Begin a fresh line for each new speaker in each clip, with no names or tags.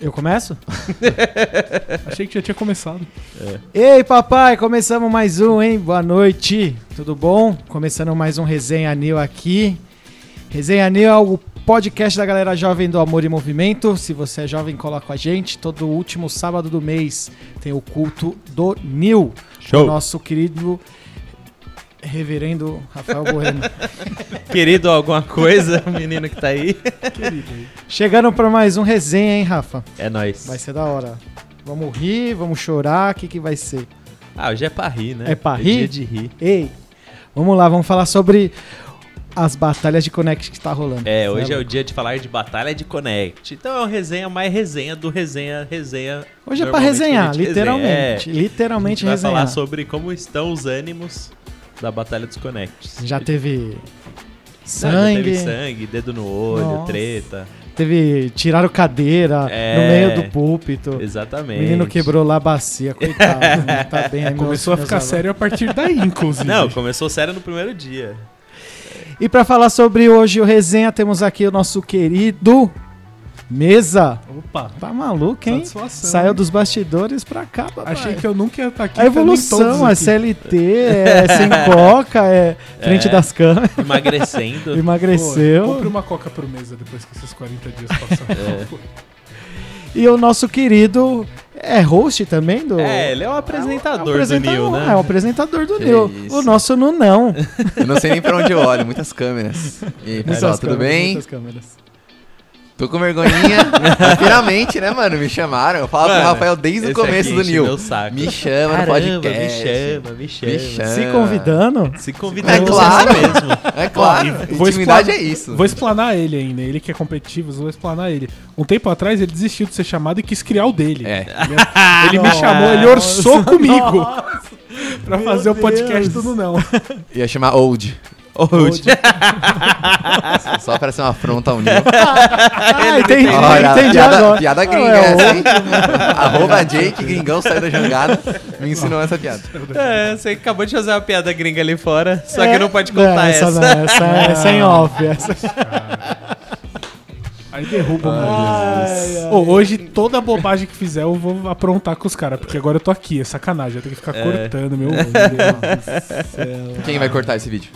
Eu começo?
Achei que já tinha começado.
É. Ei, papai, começamos mais um, hein? Boa noite, tudo bom? Começando mais um Resenha New aqui. Resenha New é o podcast da galera jovem do Amor e Movimento. Se você é jovem, cola com a gente. Todo último sábado do mês tem o culto do New.
Show.
O nosso querido reverendo Rafael Bueno.
Querido alguma coisa, o menino que tá aí.
Chegando para mais um Resenha, hein, Rafa?
É nóis.
Vai ser da hora. Vamos rir, vamos chorar, o que, que vai ser?
Ah, hoje é pra rir, né?
É pra rir?
dia de rir.
Ei, vamos lá, vamos falar sobre as batalhas de Connect que tá rolando.
É, hoje é
Né?
o dia de falar de Batalha de Connect. Então é um resenha mais resenha do resenha, resenha.
Hoje é pra
normalmente
resenhar,
que a gente
literalmente.
resenha. É, a gente
Literalmente
vai
resenhar.
falar sobre como estão os ânimos da Batalha dos Connects.
Já teve
Não, já
sangue,
teve
teve,
sangue, dedo no olho,
Nossa.
treta.
tiraram cadeira
É.
no meio do púlpito. O
Exatamente.
menino quebrou lá a bacia, coitado. não tá bem aí, meus-
Começou a
meus
ficar
alunos.
sério a partir daí, inclusive.
Não, começou sério no primeiro dia.
E pra falar sobre hoje o resenha, temos aqui o nosso querido Mesa.
Opa.
Tá maluco, hein?
Satisfação.
Saiu dos bastidores pra cá, papai.
Achei que eu nunca ia estar aqui.
A evolução, é CLT, é sem coca, é frente
É.
das câmeras,
Emagrecendo.
emagreceu.
Compre uma coca por mesa depois que esses 40 dias
É,
passaram.
E o nosso querido é host também do.
é, ele é o
É o
apresentador, do
apresentador,
Nil, né?
É o apresentador do
Que
Nil.
isso.
O nosso Nunão.
Eu não sei nem pra onde eu olho, muitas câmeras. E aí, pessoal, tudo bem?
Muitas câmeras.
Tô com vergonhinha. Mas Finalmente, né, mano? Me chamaram. Eu falava
Mano,
pro Rafael desde
Esse
o começo
aqui
do
enche
Nil.
meu saco.
Me chama
Caramba,
no podcast.
Me chama, me chama.
Me chama.
Se convidando.
Se convidar
É
você
claro.
mesmo.
É claro,
Ó, e vou
intimidade
explanar-
é isso.
Vou explanar ele ainda. Ele que é competitivo, eu vou explanar ele. Um tempo atrás ele desistiu de ser chamado e quis criar o dele.
É.
Ele me
Nossa.
chamou, ele orçou comigo pra
Meu
fazer o podcast
Deus.
do Não.
Ia chamar Old.
Old.
Só pra ser uma afronta ao Nil.
Ah, entendi,
Olha,
entendi
piada,
agora.
piada gringa
Ah, é,
essa, hein? Arroba Jake Gringão saiu da jangada. Me ensinou essa piada.
É, você acabou de fazer uma piada gringa ali fora, só
É.
que não pode contar essa.
Não, essa, é- essa é em off. Essa.
Aí derruba o Ô, hoje toda bobagem que fizer eu vou aprontar com os caras, porque agora eu tô aqui, é sacanagem, eu tenho que ficar cortando, meu Deus.
Quem vai cortar esse vídeo?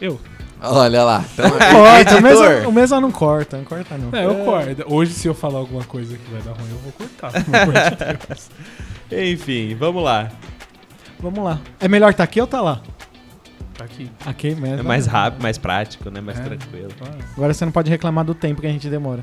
Eu.
Olha lá. Então,
Corta, o Mesa,
editor.
o Mesa não corta, não corta não.
É, eu corto. Hoje, se eu falar alguma coisa que vai dar ruim, eu vou cortar. pelo amor de Deus.
Enfim, vamos lá.
Vamos lá. É melhor tá aqui ou tá lá?
Tá aqui.
Aqui mesmo.
É mais rápido, mais prático, né? Mais
É.
tranquilo.
Agora você não pode reclamar do tempo que a gente demora.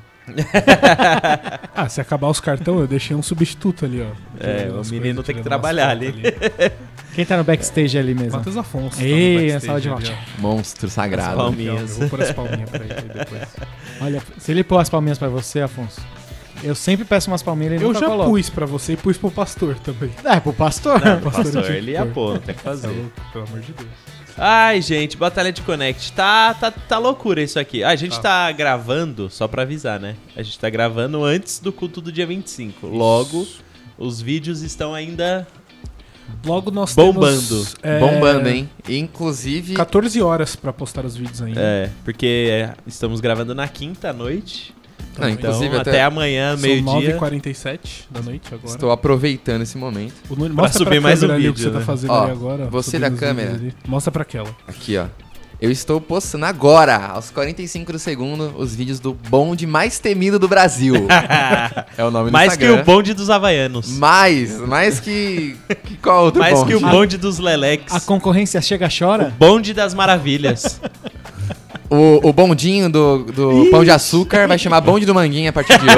Ah, se acabar os cartão, eu deixei um substituto ali, ó.
É,
Umas
o menino
coisas,
tem que
tirando
trabalhar
umas
ali.
fotos
Quem tá no backstage ali mesmo?
Matheus Afonso. tá
Ei,
backstage
a sala de
ali,
volta.
ó.
Monstro
As
sagrado.
palmas.
Aqui, ó, Eu
Palminhas.
vou pôr as palminhas pra ele depois.
Olha, se ele pôr as palminhas pra você, Afonso, eu sempre peço umas palminhas e ele
Eu
nunca
já
coloca.
pus pra você e pus pro pastor também.
É, pro pastor.
O pastor, ele ia pôr, não tem o que
Tá
fazer.
louco, pelo amor de Deus.
Ai, gente, Batalha de Connect. Tá, tá, tá loucura isso aqui. A gente tá gravando, só pra avisar, né? A gente tá gravando antes do culto do dia 25. Logo, os vídeos estão ainda.
Logo nós
Bombando.
temos... é,
Bombando, hein? Inclusive,
14 horas pra postar os vídeos
Uhum.
ainda.
É, porque é, estamos gravando na quinta noite.
Não,
Então,
inclusive
até,
até,
amanhã,
São
meio-dia.
9h47 da noite agora.
estou aproveitando esse momento.
O Nuno,
Pra subir
pra
mais
câmera
um
ali o que
vídeo,
você tá
né?
fazendo
Ó,
ali agora.
você
subindo
da
os vídeos
câmera.
ali. Mostra pra aquela.
Aqui, ó. Eu estou postando agora, aos 45 do segundo, os vídeos do bonde mais temido do Brasil. é o nome do
Mais que
Instagram.
o bonde dos havaianos.
Mais, mais que, que qual outro
Mais que o
bonde?
bonde dos leleques.
A concorrência chega chora?
Bonde das maravilhas.
O, o bondinho do, do Pão de Açúcar vai chamar Bonde do Manguinha a partir de hoje.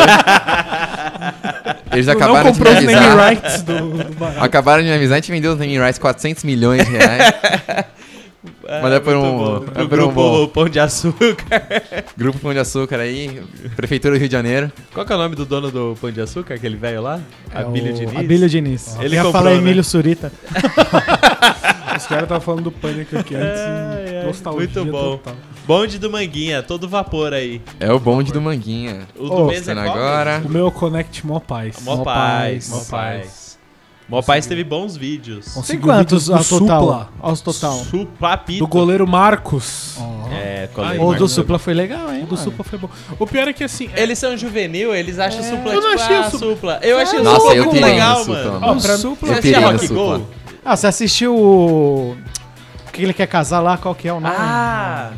Eles acabaram
não
de
comprou
me
os name
avisar.
rights do, do barato.
Acabaram de me avisar, a gente vendeu os name rights 400 milhões de reais. Mas é por
muito
um-
bom.
é
Pro
por um
grupo
bom.
Pão de Açúcar.
Grupo Pão de Açúcar aí, Prefeitura do Rio de Janeiro.
Qual que é o nome do dono do Pão de Açúcar, aquele velho lá?
É
Abílio
o-
Diniz.
Abílio Diniz.
Ele
ia
comprou,
falar
né?
Emílio Surita.
Os caras estavam falando do pânico aqui antes.
Ai, ai,
nostalgia
muito bom.
total.
Bonde do Manguinha, todo vapor aí.
É o Bonde do Manguinha.
O
Ô,
do mês é
Sendo
qual?
agora.
O meu é o Connect Mó Paz.
Mó paz. Mó
Mó
paz. Mó paz teve bons vídeos.
Nossa,
Tem
Conseguiu
quantos
vídeos
ao
do
total?
Supla.
Aos total.
Supapito.
Do goleiro Marcos.
É, É, colega.
Ah, O do
Marcos.
Supla foi legal, hein?
O do
mano?
Supla foi bom. O pior é que assim. é-
Eles são juvenil, eles acham supla
eu não
tipo,
achei o
ah,
Supla.
supla. Eu achei
Nossa,
o supla
eu
muito
queria
legal,
isso,
mano.
Tom.
Ó, pra-
Você
Eu
assistia
queria
Rock
isso,
Go?
Tom.
Ah, você assistiu o. O que ele quer casar lá? Qual que é o nome?
Ah,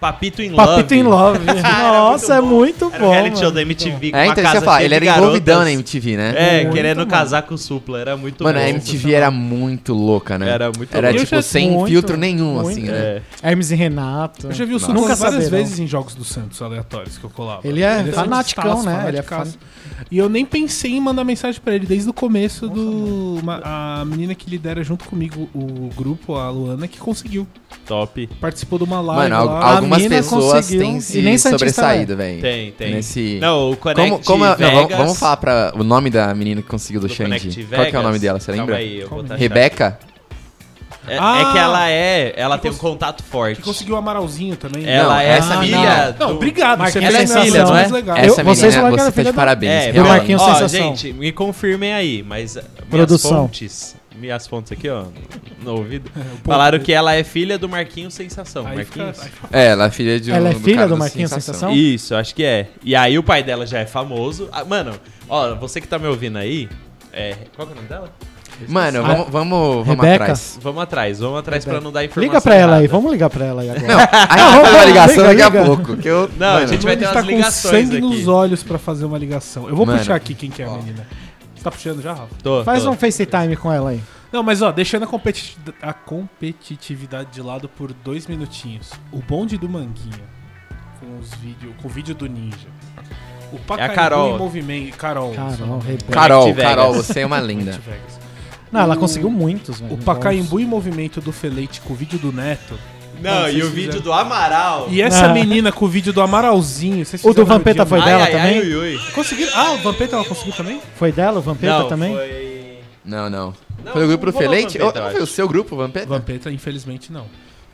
Papito in Love.
Papito in Love.
Era
Nossa,
bom.
é muito
Era o
bom.
reality show
mano.
da MTV com
É,
uma
então,
casa
você falar,
cheia
ele
de
era
garotas.
envolvidão na MTV, né?
É,
Muito,
querendo
mano.
casar com o Supla, era muito
Mano,
bom.
a MTV era muito louca, né?
Era muito
Era
louca. Eu
tipo
já-
sem
muito,
filtro nenhum,
muito.
assim, né?
É.
Hermes e Renato.
Eu já vi o
Nossa.
Supla
Nunca
várias
saberão.
vezes em jogos do Santos aleatórios que eu colava.
Ele é fanaticão,
santistaço,
né? Ele é
fanaticaço. E eu nem pensei em mandar mensagem pra ele desde o começo do. uma- a menina que lidera junto comigo o grupo, a Luana, que conseguiu.
Top.
Participou de uma live.
Mano, al-
lá.
a
algumas
mina
pessoas
conseguiu,
têm
e
se
nem Santista
sobressaído, velho.
Tem, tem.
Nesse...
Não, o Connect
Como, como é- não,
Vegas...
vamos, vamos falar pra, o nome da menina que conseguiu do,
do
Xande.
Connect
Qual que é o
Vegas.
nome dela, você lembra?
Calma aí, eu vou
Calma
taxar.
Rebeca?
É,
Ah!
é que ela é... Ela tem um
cons-
contato forte.
Que conseguiu o Amaralzinho também. né?
Ela
Não,
é
essa
essa
mina-
filha...
Não,
do-
obrigado.
Marquinhos
você fez
Sensação,
sensação
não é?
mais legal.
Eu-
Essa
vocês
menina,
falaram que
você
era
tá
filha
de
do-
parabéns.
É,
Viu,
ó,
realmente.
Marquinhos?
ó,
Sensação.
gente, me confirmem aí, mas minhas
Produção.
fontes, minhas fontes aqui, ó, no ouvido, falaram que ela é filha do Marquinhos Sensação.
Aí fica-
Marquinhos?
aí fica-
É, ela é filha de um
Ela é filha
cara
do Marquinhos Sensação?
Isso, acho que é. E aí o pai dela já é famoso. Ah, mano, ó, você que tá me ouvindo aí, é, qual que é o nome dela?
Mano, vamos, vamos, vamos
Rebeca?
atrás.
Vamos atrás, vamos atrás pra não dar informação
Liga pra ela aí,
errada.
vamos ligar pra ela aí agora.
Não, a gente vai fazer uma ligação daqui a pouco. Que eu,
Não, a gente vai ter
Ele
umas
tá com
ligações
sangue
aqui.
nos olhos pra fazer uma ligação. Eu vou
Mano.
puxar aqui quem que é a menina. Você tá puxando já, Rafa?
Tô,
Faz
tô.
um FaceTime com ela aí.
Não, mas ó, deixando a, competi- a competitividade de lado por dois minutinhos. O bonde do Manguinha. Com os vídeos. Com o vídeo do Ninja. O Pacaembu
É Carol.
em movimento. Carol. seu
Carol, é
nome.
Rebeca.
Carol,
Connect Vegas.
Carol, você é uma linda.
Tipo,
Connect Vegas.
Não, ela
O-
conseguiu muitos, velho.
O Pacaembu em movimento do Feleite com o vídeo do Neto.
Não, e o
Vocês
vídeo
fizeram-
do Amaral.
E essa
Ah.
menina com o vídeo do Amaralzinho. vocês
O do
fizeram no
Vampeta
dia-
foi
Ah,
dela
ai, ai,
também?
ui, ui.
Conseguiram? Ah, o Vampeta ela conseguiu também?
Foi dela, o Vampeta
Não,
também?
foi...
Não, não.
Não,
Foi o grupo
não
do
rolou
Felente?
Vampeta,
Ou-
eu
foi o
acho.
seu grupo, Vampeta?
Vampeta, infelizmente, não.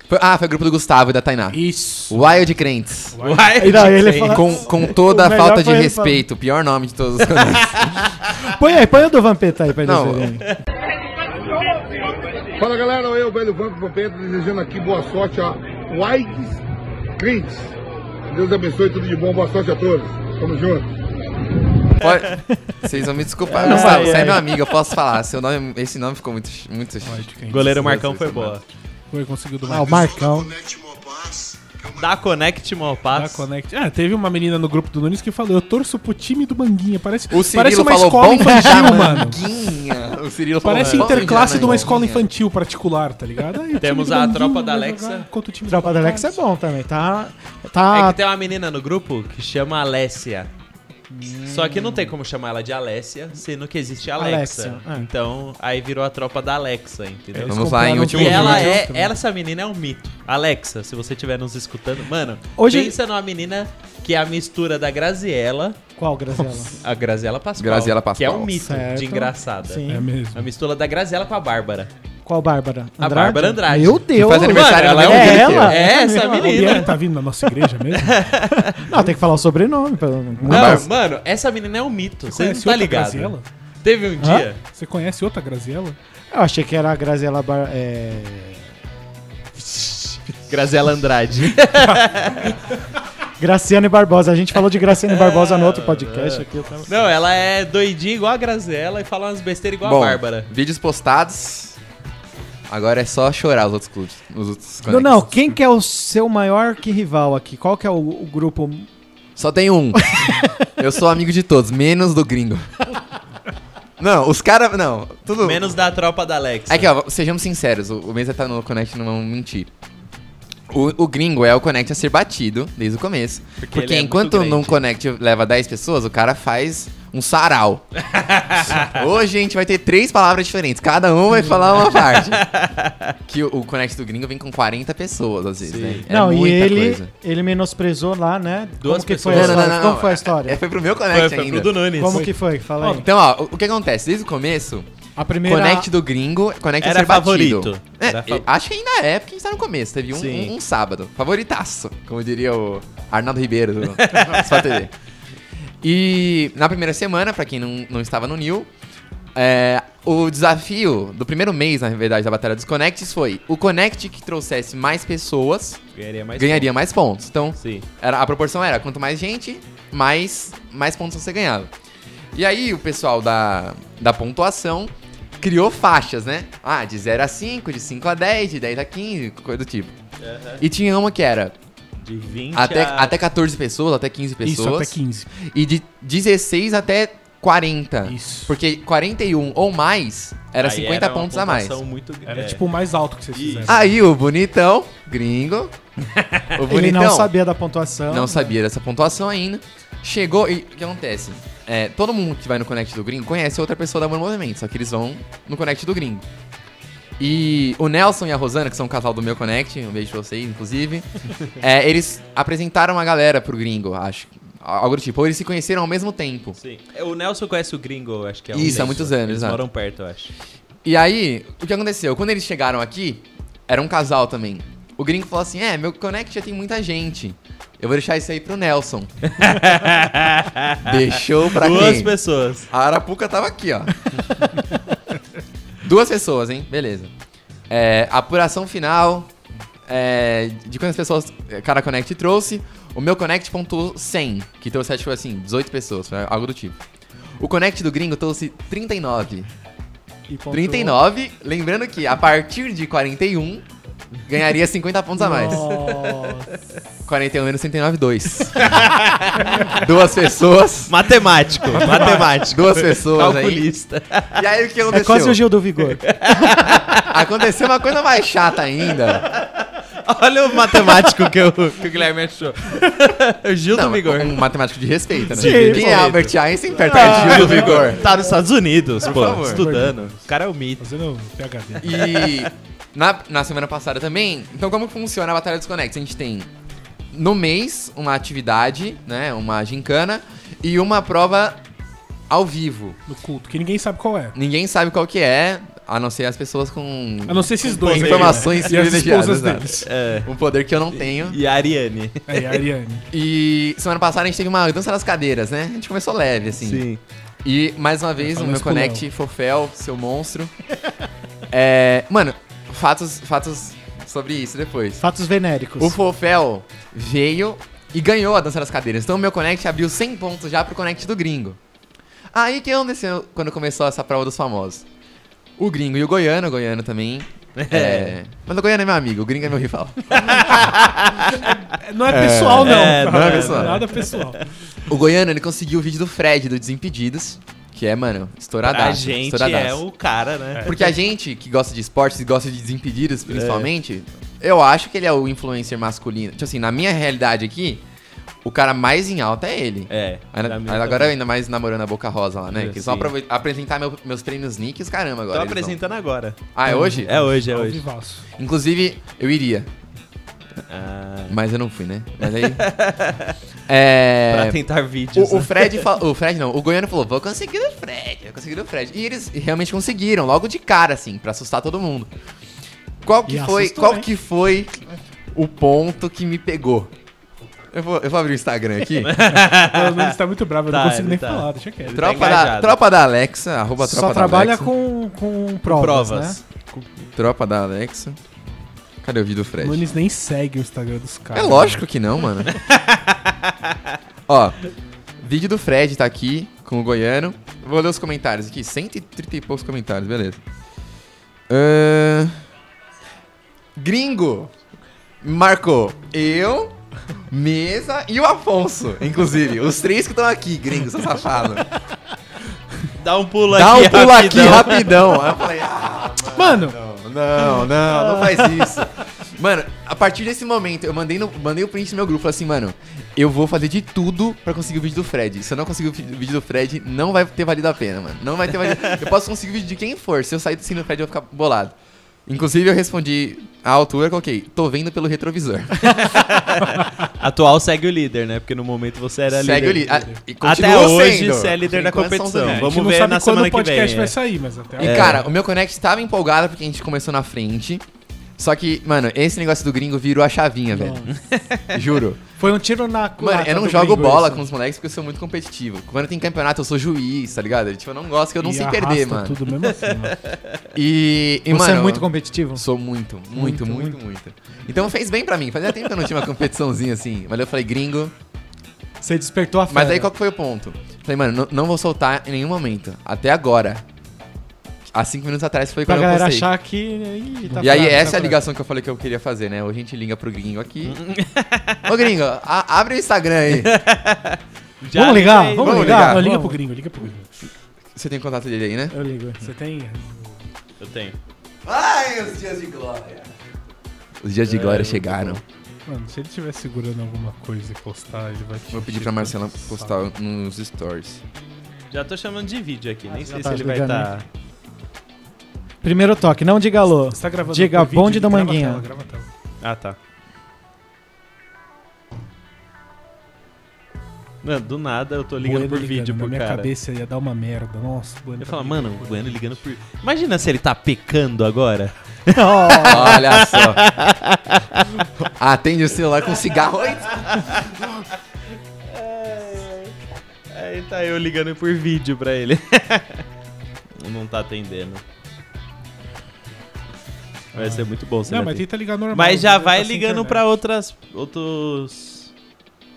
Foi- ah, foi o grupo do Gustavo e da Tainá.
Isso.
Wild Crentes.
Uai,
Não, ele
gente.
fala-
Com, com toda
O
a
melhor
falta de
foi ele
respeito, o pior nome de todos os canais.
Põe aí, põe o do Vampeta aí pra eles
Não,
verem.
Fala galera, eu, Velho Vampo Vampeta, desejando aqui boa sorte a Whites Crentes. Deus abençoe, tudo de bom, boa sorte a todos. Tamo junto.
Pode- Vocês vão me desculpar, Gustavo, você é meu amigo, eu posso falar. Seu nome, esse nome ficou muito. ch- muito ch-
Goleiro Marcão foi boa.
Foi, conseguiu do
Ah, o
Marcão.
Marcão.
Da Connect
Da
Malpass.
Connect. Ah, teve uma menina no grupo do Nunes que falou: Eu torço pro time do Manguinha. Parece,
O
parece
Cirilo
uma
falou
escola
bom
infantil,
infantil,
mano.
manguinha. O Cirilo falou
Parece
bom
né?
interclasse
infantil,
de uma escola
manguinha.
infantil particular, tá ligado? Aí o
Temos
time do
a
Manguinha
tropa da
vai
Alexa.
jogar contra o time
Tropa da Alex é bom também, tá? Tá.
É que tem uma menina no grupo que chama Alessia. Só que não tem como chamar ela de Alessia, sendo que existe Alexa.
Alexia, é.
Então, aí virou a tropa da Alexa,
É,
entendeu?
Vamos lá,
compraram
em
um
último
E ela
vídeo.
é, ela- essa menina é um mito. Alexa, se você estiver nos escutando, mano,
Hoje-
pensa numa menina que é a mistura da Graziella,
Qual, Graziela?
a Graziella Pascal,
Graziella
que é
Pascal.
um mito
Certo.
de engraçada.
Sim.
É mesmo.
A mistura da Graziella com a Bárbara.
Qual Bárbara?
A Bárbara Andrade.
Meu Deus.
faz aniversário
mano,
no
ela
Rio
é
de
ela.
Janeiro.
É essa
mesmo.
O Bianchi tá vindo na nossa igreja mesmo?
Não, tem que falar o sobrenome. pelo menos.
Não,
Bárbara-
mano, essa menina é um mito. Você não
Conhece
tá
outra
ligado.
Graziella?
Teve um
Hã?
dia.
Você conhece outra Graziella?
Eu achei que era a Graziela Bar... é...
Graziella Andrade.
Graciane Barbosa. A gente falou de Graciane Barbosa no outro podcast aqui. eu tava-
Não, ela é doidinha igual a Graziella e fala umas besteiras igual
Bom,
a Bárbara.
vídeos postados. Agora é só chorar os outros clubes. Os outros
Não,
conects.
não, quem que é o seu maior que rival aqui? Qual que é o, o grupo?
Só tem um. eu sou amigo de todos, menos do gringo. Não, os caras. Não, tudo.
Menos da tropa da Alex.
É que, ó, sejamos sinceros, o, o Mesa tá no Connect, não vamos mentir. O, o gringo é o Connect a ser batido desde o começo. Porque,
ele é muito
enquanto
grande.
num Connect leva 10 pessoas, o cara faz um sarau. Hoje a gente vai ter três palavras diferentes, cada um vai falar uma parte. que o, o Connect do gringo vem com 40 pessoas, às vezes, né? É
não, e
muita
ele,
coisa.
ele menosprezou lá, né?
Duas
Como que foi a
pessoas.
história?
Não, não, não, não.
Como foi a história?
É, foi pro meu
foi,
Connect
foi pro
ainda.
do Nunes.
Como que foi? Fala aí.
Então, ó, o que acontece? Desde o começo,
A primeira...
Connect do gringo, Connect
Era
a ser batido.
favorito.
É,
Era fa-
e- Acho que ainda é, porque a gente tá no começo. Teve um,
Sim.
um- um sábado. Favoritaço, como diria o Arnaldo Ribeiro do Só TV. E na primeira semana, pra quem não, não estava no Nil, É, o desafio do primeiro mês, na verdade, da Batalha dos Connects foi o Connect que trouxesse mais pessoas
Ganharia mais
ganharia mais pontos. Então,
pontos. Sim.
era, a proporção era, quanto mais gente, mais, mais pontos você ganhava. E aí o pessoal da, da pontuação criou faixas, né? Ah, de 0 a 5, de 5 a 10, de 10 a 15, coisa do tipo. E tinha uma que era
De 20
até,
a...
até 14 pessoas, até 15 pessoas.
Isso, até 15.
E de 16 até 40.
Isso.
Porque 41 ou mais era
Aí
50
uma
pontos a mais.
pontuação Muito...
Era
é.
tipo o mais alto que vocês
Isso.
fizeram.
Aí o bonitão, gringo. o bonitão.
Ele não sabia da pontuação.
não sabia dessa pontuação ainda. Chegou e o que acontece? É, todo mundo que vai no Connect do Gringo conhece outra pessoa da Mano Movimento, só que eles vão no Connect do Gringo. E o Nelson e a Rosana, que são um casal do meu Connect, um beijo pra vocês, inclusive, é, eles apresentaram a galera pro Gringo, acho. Algo do tipo, ou eles se conheceram ao mesmo tempo.
Sim. É, O Nelson conhece o Gringo, acho que é um
Isso, há
deles.
muitos anos,
Eles
exato.
moram perto, eu acho.
E aí, o que aconteceu? Quando eles chegaram aqui, era um casal também. O gringo falou assim: É, meu Connect já tem muita gente. Eu vou deixar isso aí pro Nelson. Deixou pra
Duas
quem?
pessoas.
A Arapuca tava aqui, ó. Duas pessoas, hein? Beleza. É, apuração final é, de quantas pessoas cada Connect trouxe. O meu Connect pontuou 100, que trouxe, acho que foi assim, 18 pessoas, foi algo do tipo. O Connect do gringo trouxe 39.
E pontuou.
39, lembrando que a partir de 41 ganharia 50 pontos a mais.
É
Nossa.
41 menos 39, 2. duas pessoas,
Matemático, matemático.
duas pessoas aí.
Calculista.
E aí o que
É
aconteceu?
quase o Gil do Vigor.
Aconteceu uma coisa mais chata ainda.
Olha o matemático que, eu, que o Guilherme achou. o Gil
Não,
do Vigor.
Um matemático de respeito, né?
Sim,
Quem é
respeito.
Albert Einstein perto de Gil do Vigor?
Tá nos Estados Unidos, pô,
favor.
estudando. O cara é o mito.
Fazendo um PHD.
E na, na semana passada também. Então, como funciona a Batalha dos Connects? A gente tem no mês uma atividade, né? Uma gincana e uma prova ao vivo.
No culto, que ninguém sabe qual é.
Ninguém sabe qual que é, a não ser as pessoas com
A não ser esses dois.
informações
aí, né? e as
privilegiadas.
esposas
né?
deles.
É.
Um poder que eu não tenho.
E a Ariane.
Aí, a Ariane.
E semana passada a gente teve uma dança das cadeiras, né? A gente começou leve, assim. E mais uma vez,
Fala
o meu
isso pro Léo.
Connect, Fofel, seu monstro. é, mano, fatos, fatos sobre isso depois.
Fatos venéricos.
O Fofel veio e ganhou a dança das cadeiras. Então o meu Connect abriu 100 pontos já pro Connect do gringo. Aí que aconteceu quando começou essa prova dos famosos? O gringo e o goiano, o goiano também. é, Mas o goiano é meu amigo, o gringo é meu rival.
É, Não é pessoal, não.
é, não
é pessoal.
Nada pessoal.
O goiano, ele conseguiu o vídeo do Fred, do Desimpedidos, que é, mano, estouradaço.
A gente
estouradaço.
é o cara, né?
Porque a gente que gosta de esportes e gosta de desimpedidos, principalmente, eu acho que ele é o influencer masculino. Tipo assim, na minha realidade aqui, o cara mais em alta é ele.
É.
Ainda-
pra mim
agora
também.
ainda mais namorando a Boca Rosa lá, né?
É,
que só
sim.
aprove- apresentar meu- meus prêmios nicks, caramba, agora.
Tô
eles vão.
apresentando agora.
Ah, é hoje?
É hoje, é
Ao
hoje.
um vivaço.
Inclusive, eu iria,
Ah,
mas eu não fui, né? Mas aí. é.
Pra tentar vídeos.
O, o
né?
Fred fa- O Fred não, o Goiano falou: vou conseguir o Fred, vou conseguir o Fred. E eles realmente conseguiram, logo de cara, assim, pra assustar todo mundo. Qual que
E
foi.
assustou,
qual
hein?
que foi o ponto que me pegou? Eu vou, eu vou abrir o Instagram aqui.
Pelo menos tá muito bravo, eu não
Tá,
consigo
ele
nem
tá.
falar, deixa quieto.
Ele tá
tropa, da,
engajado.
tropa da Alexa, arroba é tropa
Só
da
trabalha
Alexa.
com, com provas,
Provas.
né?
Tropa da Alexa. Cadê o vídeo do
O
Fred?
Nunes nem segue o Instagram dos caras.
É lógico que não, mano. Ó, vídeo do Fred tá aqui com o Goiano. Vou ler os comentários aqui. 130 e poucos comentários, beleza. Ahn, Gringo marcou eu, Mesa e o Afonso, inclusive. Os três que estão aqui, gringo, seu safado.
Dá um pulo
Dá
aqui.
um pulo aqui
rapidão.
rapidão. Aí eu falei, ah,
Mano,
não, não, não faz isso. Mano, a partir desse momento, eu mandei, no, mandei o print no meu grupo, falei assim, mano, eu vou fazer de tudo pra conseguir o vídeo do Fred. Se eu não conseguir o vi- vídeo do Fred, não vai ter valido a pena, mano. Não vai ter valido. Eu posso conseguir o vídeo de quem for. Se eu sair do cine do Fred, eu vou ficar bolado. Inclusive, eu respondi à altura, coloquei, tô vendo pelo retrovisor.
Atual segue o líder, né? Porque no momento você era
Segue o
líder.
líder. Ah,
Até hoje você é líder da competição.
um
a gente
Vamos
não
ver
sabe
na
quando
semana
o
que vem.
podcast vai
é.
sair, mas até
E,
lá.
cara, o meu Connect tava empolgado porque a gente começou na frente. Só que, mano, esse negócio do gringo virou a chavinha, velho. Juro.
Foi um tiro na
Mano,
culatra
eu não
do
jogo
gringo
bola
esse.
com os moleques porque eu sou muito competitivo. Quando tem campeonato, eu sou juiz, tá ligado? Tipo, eu não gosto que eu não
E
sei perder,
arrasta
mano.
tudo mesmo assim, mano.
E, e,
Você
mano,
é muito competitivo?
Sou muito, muito, muito, muito, Então fez bem pra mim. Fazia tempo que eu não tinha uma competiçãozinha assim. Mas eu falei, gringo.
Você despertou a fé.
Mas aí qual que foi o ponto? Falei, mano, não, não vou soltar em nenhum momento. Até agora. Há cinco minutos atrás foi
Pra
quando eu
galera
postei.
achar que... Ih, tá
E aí,
fraco, tá
essa é a
fraco.
ligação que eu falei que eu queria fazer, né? Hoje a gente liga pro gringo aqui. Ô, gringo, a- abre o Instagram aí.
Já
Vamos ligar,
liga aí.
vamos,
Vamos
ligar.
ligar.
Não, liga
vamos.
pro gringo, liga pro gringo.
Você tem contato dele aí, né?
Eu ligo.
Você tem.
Eu tenho.
Ai, os dias de glória. Os dias de glória chegaram.
Mano, se ele estiver segurando alguma coisa e postar, ele vai te.
Vou pedir pra Marcela postar nos stories.
Já tô chamando de vídeo aqui,
Ah,
nem sei
tá
se ele vai
né?
ligando,
estar.
Primeiro toque, não diga alô.
Você tá gravando
Diga
por vídeo?
bonde do
Grava a
Manguinha.
tela, grava a tela.
Ah, tá. Mano, do nada eu tô ligando
Bueno
por vídeo
ligando,
pro
na minha
cara.
cabeça ia dar uma merda. Nossa, Bueno.
Eu
tá
falo,
ligando
mano, o
por
Bueno ligando por. Imagina se ele tá pecando agora.
Olha só. Atende o celular com cigarro. É, Oi,
Aí tá eu ligando por vídeo pra ele. Não tá atendendo. Vai ser muito bom, você
Não,
vai
mas
ter.
tenta ligar normal.
Mas já
tá
vai
sem
ligando
internet.
pra outras. Outros.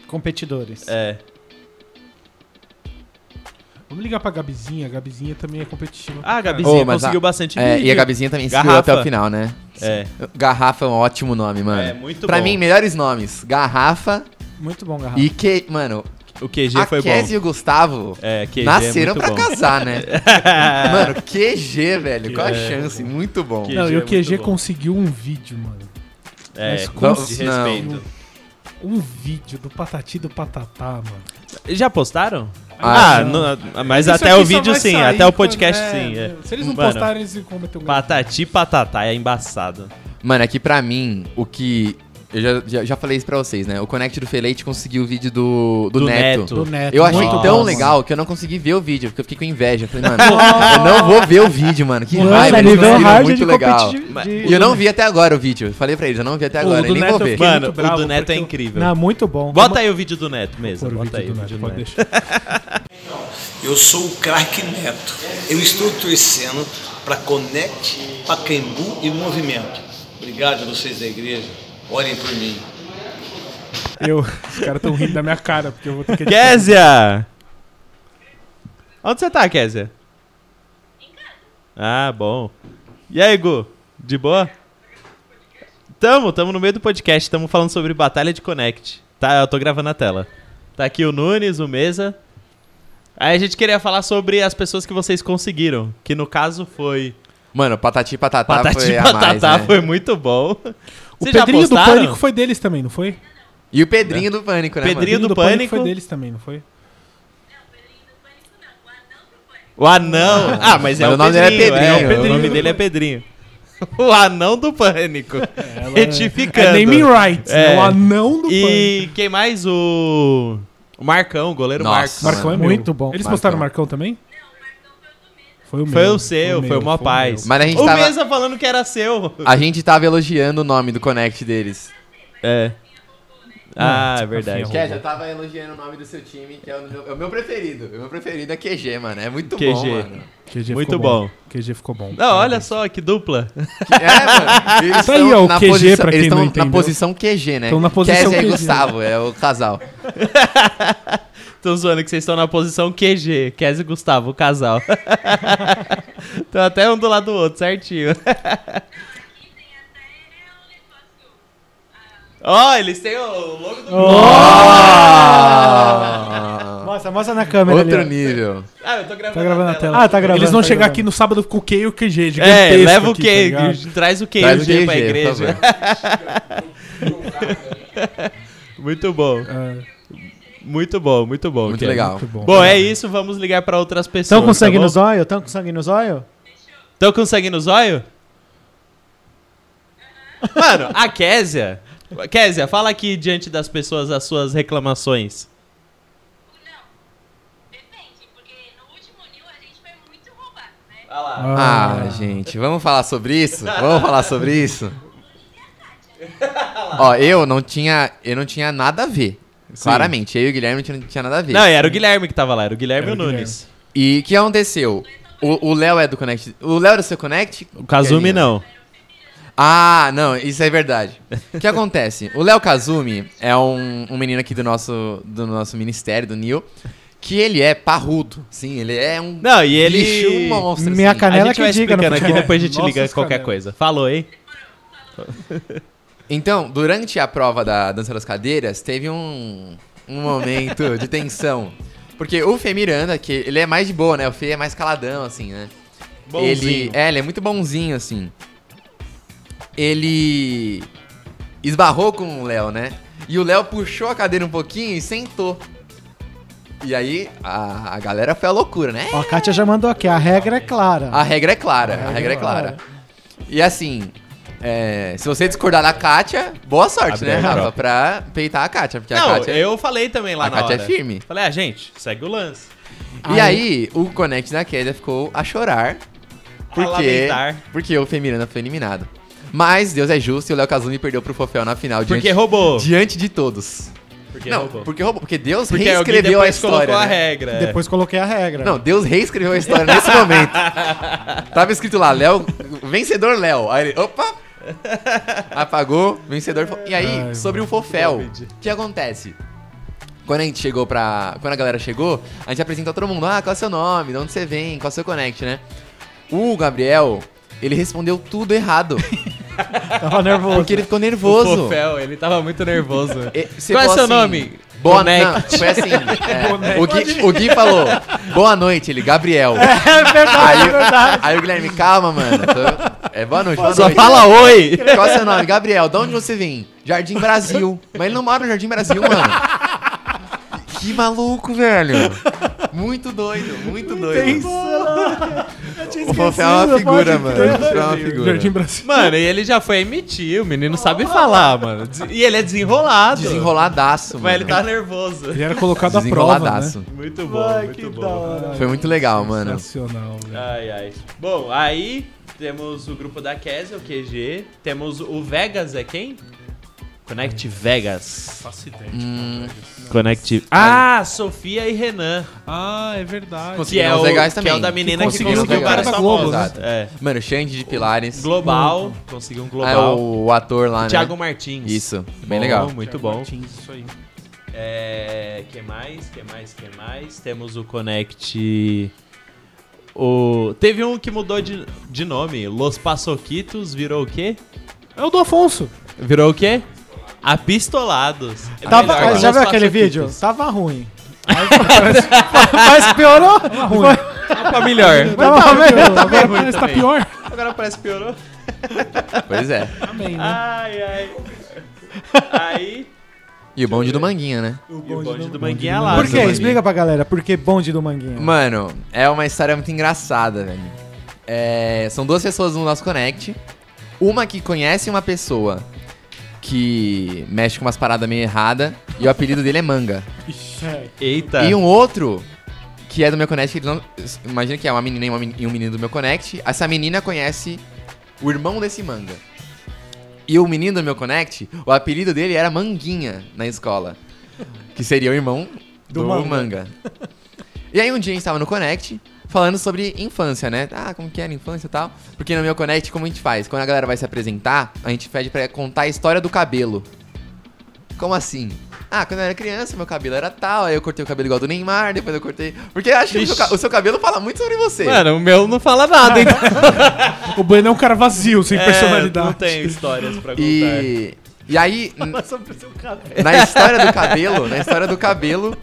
Competidores.
É.
Vamos ligar pra Gabizinha. A Gabizinha também é competitiva.
Ah, a
Ô,
Gabizinha
mas
conseguiu
a-
bastante
É,
vídeo.
e a Gabizinha também segurou
Garrafa.
até o final, né?
É.
Garrafa é um ótimo nome, mano.
É, muito
pra
bom.
mim, melhores nomes. Garrafa
Muito bom, Garrafa.
e que. Mano,
O QG
a
foi bom.
Kes e o Gustavo
É, QG
nasceram
é muito
pra
bom.
casar, né? mano, QG, velho. Qual a chance? Muito bom.
Que-
Não,
QG
e
é
o QG
muito bom.
conseguiu um vídeo, mano.
É,
Mas
com
como
de
se- não.
respeito.
Um vídeo do Patati do Patatá, mano.
Já postaram?
Ah,
Ah, não, ah, mas
Isso
até
aqui
o
só
vídeo
vai
sim,
sair
até o
quando-
podcast
é,
sim. é.
meu, Se eles não
Mano,
postarem, eles cometem um
Patati patatá é embaçado.
Mano, é que pra mim, o que. Eu já, já, já falei isso pra vocês, né? O Connect do Feleite conseguiu o vídeo do, do,
Do
Neto.
Neto.
Do Neto.
Eu achei
muito
tão
bom.
legal que eu não consegui ver o vídeo, porque eu fiquei com inveja. Falei, mano, eu não vou ver o vídio, mano. Que
Mano,
raiva, eles
nível
conseguiram,
hard
muito
de
legal.
competitivo.
E eu não vi até agora o vídeo. Eu Falei pra eles, eu não vi até agora, eu nem vou ver.
fiquei muito
Mano, o
bravo
do Neto é
porque eu-
incrível.
Não, muito bom.
Bota aí o vídeo do Neto mesmo.
Por
Bota aí o
vídeo do
vídeo do
Neto, pode
Neto.
deixar.
Eu sou o craque Neto. Eu estou torcendo para Conecte Pacaembu e Movimento. Obrigado a vocês da igreja. Orem por mim.
Eu, os caras tão rindo da minha cara, porque eu vou ter que...
Kézia! Onde você tá, Kézia? Ah, bom. E aí, Gu? De boa? Tamo, tamo no meio do podcast, tamo falando sobre Batalha de Connect. Tá, eu tô gravando a tela. Tá aqui o Nunes, o Mesa. Aí a gente queria falar sobre as pessoas que vocês conseguiram, que no caso foi
Mano, Patati e Patatá
Patati
foi a
Patatá,
mais, né?
foi muito bom.
O
Vocês já
Pedrinho do
postaram?
Pânico foi deles também, não foi?
E o Pedrinho do Pânico, né,
Pedrinho
mano?
do Pânico.
foi deles também, não foi?
O anão. Ah, mas, é
Mas
o,
o nome dele é
Pedrinho, é o
Pedrinho, é o
Pedrinho. O nome
nome
dele é Pedrinho. O anão do pânico. Retificando.
É naming rights,
É.
é. o anão do Pânico.
E quem mais? O. O Marcão, o goleiro
Nossa,
Marcos.
mano.
Marcão é
Muito
meu.
bom.
Eles
Marcão.
postaram o Marcão também? Foi o meu.
Foi o seu,
meu,
foi o mó
meu.
paz.
Mas a gente
o
tava-
Mesa falando que era seu.
A gente tava elogiando o nome do Connect deles.
É. Ah, é verdade.
Rafinha,
Quer, já tava elogiando o nome do seu time, que é o meu, é o meu preferido. O meu preferido é QG, mano. É muito bom,
QG.
mano.
QG
Muito
ficou
bom.
QG ficou bom.
Não, olha só que dupla.
É, mano. Eles
Tá aí,
tão
ó, o QG
posição-
pra quem
eles
não
tão na
entendeu.
posição QG, né?
Tão na posição
Kézia e
QG.
Gustavo, é o casal.
Tô zoando que vocês estão na posição QG, Kézia e Gustavo, o casal. Estão até um do lado do outro, certinho. Ó, eles têm o logo do.
Mostra, mostra na câmera
Ah, Outro
ali.
nível.
Ah, eu tô gravando,
Tá gravando
a
a
tela.
tela.
Ah, tá gravando,
Eles vão
tá
chegar
gravando.
aqui no sábado com o Q e o QG gigantesco
É, leva o
aqui, tá
QG,
ligado?
traz o QG
Traz o QG,
pra
por
igreja. muito bom,
É,
muito bom, muito bom.
Muito
Kézia.
legal.
muito bom.
Bom, é isso, vamos ligar pra outras pessoas.
Tão com sangue
tá
no
bom?
zóio? Tão com sangue no zóio?
Tão com sangue no zóio? Mano, a Késia. Késia, fala aqui diante das pessoas as suas reclamações.
Não, depende, porque no último New a gente foi muito roubado, né?
Ah.
Ah, gente, vamos falar sobre isso? Vamos falar sobre isso? Ó, eu não tinha, eu não tinha nada a ver. Claramente, eu e o Guilherme não tinha nada a ver.
Não, era o Guilherme que tava lá, era o Guilherme
Era
e
o
o Nunes.
E o que aconteceu? O o Léo é do Connect. O Léo era do seu Connect?
O Kazumi não.
Ah, não, isso é verdade. O que acontece? O Léo Kazumi é um, um menino aqui do nosso, do nosso ministério, do Nil, que ele é parrudo. Sim, ele é um.
Não, e ele-
bicho, um monstro.
Minha
assim.
cana- Canela
a gente
que
vai
diga no
explicando aqui,
futebol.
depois a gente
Nossas
liga qualquer
canelas.
coisa. Falou, hein?
Então, durante a prova da dança das cadeiras, teve um, um momento de tensão. Porque o Fê Miranda, que ele é mais de boa, né? O Fê é mais caladão, assim, né? Ele, é, ele é muito bonzinho, assim. Ele esbarrou com o Léo, né? E o Léo puxou a cadeira um pouquinho e sentou. E aí a, a galera foi à loucura, né?
Ó, a Kátia já mandou aqui, a regra é clara.
A regra é clara, a regra é clara. E assim, é, se você discordar da Kátia, boa sorte,
Abre
né,
a
Rafa?
Europa.
Pra peitar a Kátia, porque
Não,
a Kátia...
eu falei também lá
a
na
Kátia é
hora.
firme.
Falei, ah, gente, segue o lance.
E aí, o Connect da Kélia ficou a chorar. Porque,
lamentar.
porque o Femiranda foi eliminado. Mas Deus é justo e o Léo Kazumi perdeu pro Fofel na final diante,
Porque roubou.
diante de todos.
Porque
não,
roubou.
porque roubou. Porque Deus
Porque alguém
reescreveu a
depois
história.
colocou a
né?
regra. é.
Depois coloquei a regra.
Não, Deus reescreveu a história nesse momento. Tava escrito lá, Léo, vencedor Léo. Aí ele, opa! Apagou, vencedor. Fo- E aí,
Ai,
sobre o Fofel,
Covid.
o que acontece? Quando a gente chegou pra. Quando a galera chegou, a gente apresentou todo mundo. Ah, qual é o seu nome? De onde você vem? Qual é o seu connect, né? O Gabriel, ele respondeu tudo errado.
Tava nervoso.
porque ele ficou
O
nervoso.
Fofel, ele tava muito nervoso.
E- você
Qual é
falou
seu
assim,
nome?
Boa
Boneco.
noite. Foi assim. é, o, Gui, o Gui falou, boa noite, ele, Gabriel.
É verdade, é verdade.
Aí o Guilherme, calma, mano. tô- É boa noite, boa
Só
noite.
fala um. oi!
Qual é seu nome? Gabriel, de onde você vem? Jardim Brasil. Mas ele não mora no Jardim Brasil, mano. Que maluco, velho. Muito doido, muito doido. O Fofé é uma figura, mano. O Fofé é uma figura.
Jardim Brasil.
Mano, e ele já foi emitir, o menino sabe falar, mano. Des- E ele é desenrolado.
Desenroladaço, mano.
Mas ele tá nervoso.
Ele era colocado à prova, né?
Desenroladaço.
Muito bom, muito bom.
Foi muito legal, mano.
Sensacional, velho.
Ai, ai. Bom, aí temos o grupo da Kesel, o QG. Temos o Vegas, é quem? Connect Vegas.
Faço ideia.
Hum.
Connect. Ah, Sofia e Renan.
Ah, é verdade.
Consegui-
Que é,
Conseguiram
o,
os legais
que é
também.
o da menina
Que
que
conseguiram
conseguiu,
os
várias
legais.
Globo,
famosas. É.
Mano, Xande de Pilares.
Global, conseguiu um
Ah,
global.
o, o ator lá, né?
Thiago Martins.
Isso,
Bom,
bem legal.
Muito
Thiago
bom.
Martins, isso aí.
É, que mais? Que mais? Que mais? Temos o Connect. O teve um que mudou de, de nome. Los Pasoquitos virou o quê?
É o do Afonso.
Virou o quê? Apistolados. É
Tava,
melhor que
já
Los
viu aquele
Paçoquitos.
vídeo? Tava ruim. Mas, mas piorou. Ruim.
Tá melhor.
Tava melhor.
Agora parece que tá pior.
Agora parece que piorou.
Pois é.
Amém, né?
Ai, ai. Aí.
E o bonde do Manguinha, né?
O bonde, do Manguinha lá.
Por
do
quê?
Manguinha.
Explica pra galera. Por que bonde do Manguinho?
Mano, é uma história muito engraçada, velho. É, são duas pessoas no nosso Connect. Uma que conhece uma pessoa que mexe com umas paradas meio errada e o apelido dele é Manga.
Eita.
E um outro que é do meu Connect, que ele não- imagina que é uma menina e, uma men- e um menino do meu Connect. Essa menina conhece o irmão desse Manga. E o menino do meu Connect, o apelido dele era Manguinha na escola. Que seria o irmão do, manga. E aí um dia a gente tava no Connect, falando sobre infância, né? Ah, como que era a infância e tal. Porque no meu Connect, como a gente faz? Quando a galera vai se apresentar, a gente pede pra contar a história do cabelo. Como assim? Ah, quando eu era criança, meu cabelo era tal, aí eu cortei o cabelo igual do Neymar, depois eu cortei. Porque eu acho que o seu,
Ixi.
ca- o seu cabelo fala muito sobre você.
Mano, o meu não fala nada, hein?
O Bueno é um cara vazio, sem personalidade.
Não tenho histórias pra contar.
e. E aí,
sobre o seu cabelo.
na história do cabelo, na história do cabelo,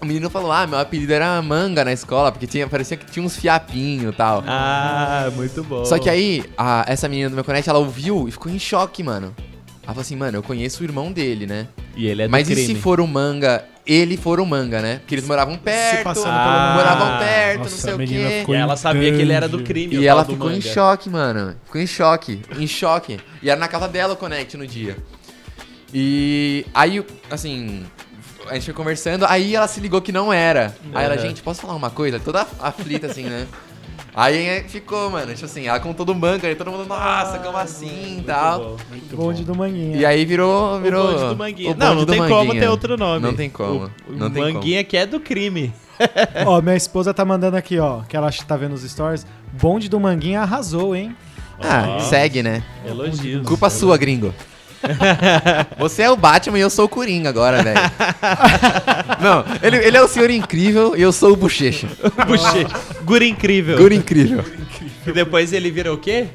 o menino falou: Ah, meu apelido era manga na escola, porque tinha, parecia que tinha uns fiapinhos e tal.
Ah, muito bom.
Só que aí, a- essa menina do meu connect, ela ouviu e ficou em choque, mano. Ela falou assim, mano, eu conheço o irmão dele, né?
E ele é do
Mas e se
crime.
for o manga, ele for o manga, né? Porque eles moravam perto,
passando
pelo
moravam
manga.
perto,
Nossa, a
não sei o
menina
quê.
ficou-
ela sabia que ele era do crime.
E
o
ela
tal do
ficou em
manga.
choque, mano. Ficou em choque, em choque. E era na casa dela o Connect no dia. E aí, assim, a gente foi conversando, aí ela se ligou que não era. Aí ela, gente, posso falar uma coisa? Toda aflita assim, né? Aí eh, ficou, mano, tipo assim, ela contou do manga, aí todo mundo, nossa, como assim e tal.
Muito bom, muito
Bonde
bom.
do Manguinha.
E aí virou. virou
bonde do Manguinha.
o
não,
bonde
não
do
tem como
Manguinha.
ter outro nome.
Não tem como.
O, o
não tem
Manguinha que é do crime.
Ó, minha esposa tá mandando aqui, ó, que ela tá vendo os stories. Bonde do Manguinha arrasou, hein?
como. Ah,
Ó,
segue, né?
Elogios.
Culpa sua, gringo. Você é o Batman e eu sou o Coringa agora, velho. Não, ele, ele é o senhor incrível e eu sou o bochecha.
Bochecha. Guri incrível.
Guri incrível.
E depois ele vira o quê?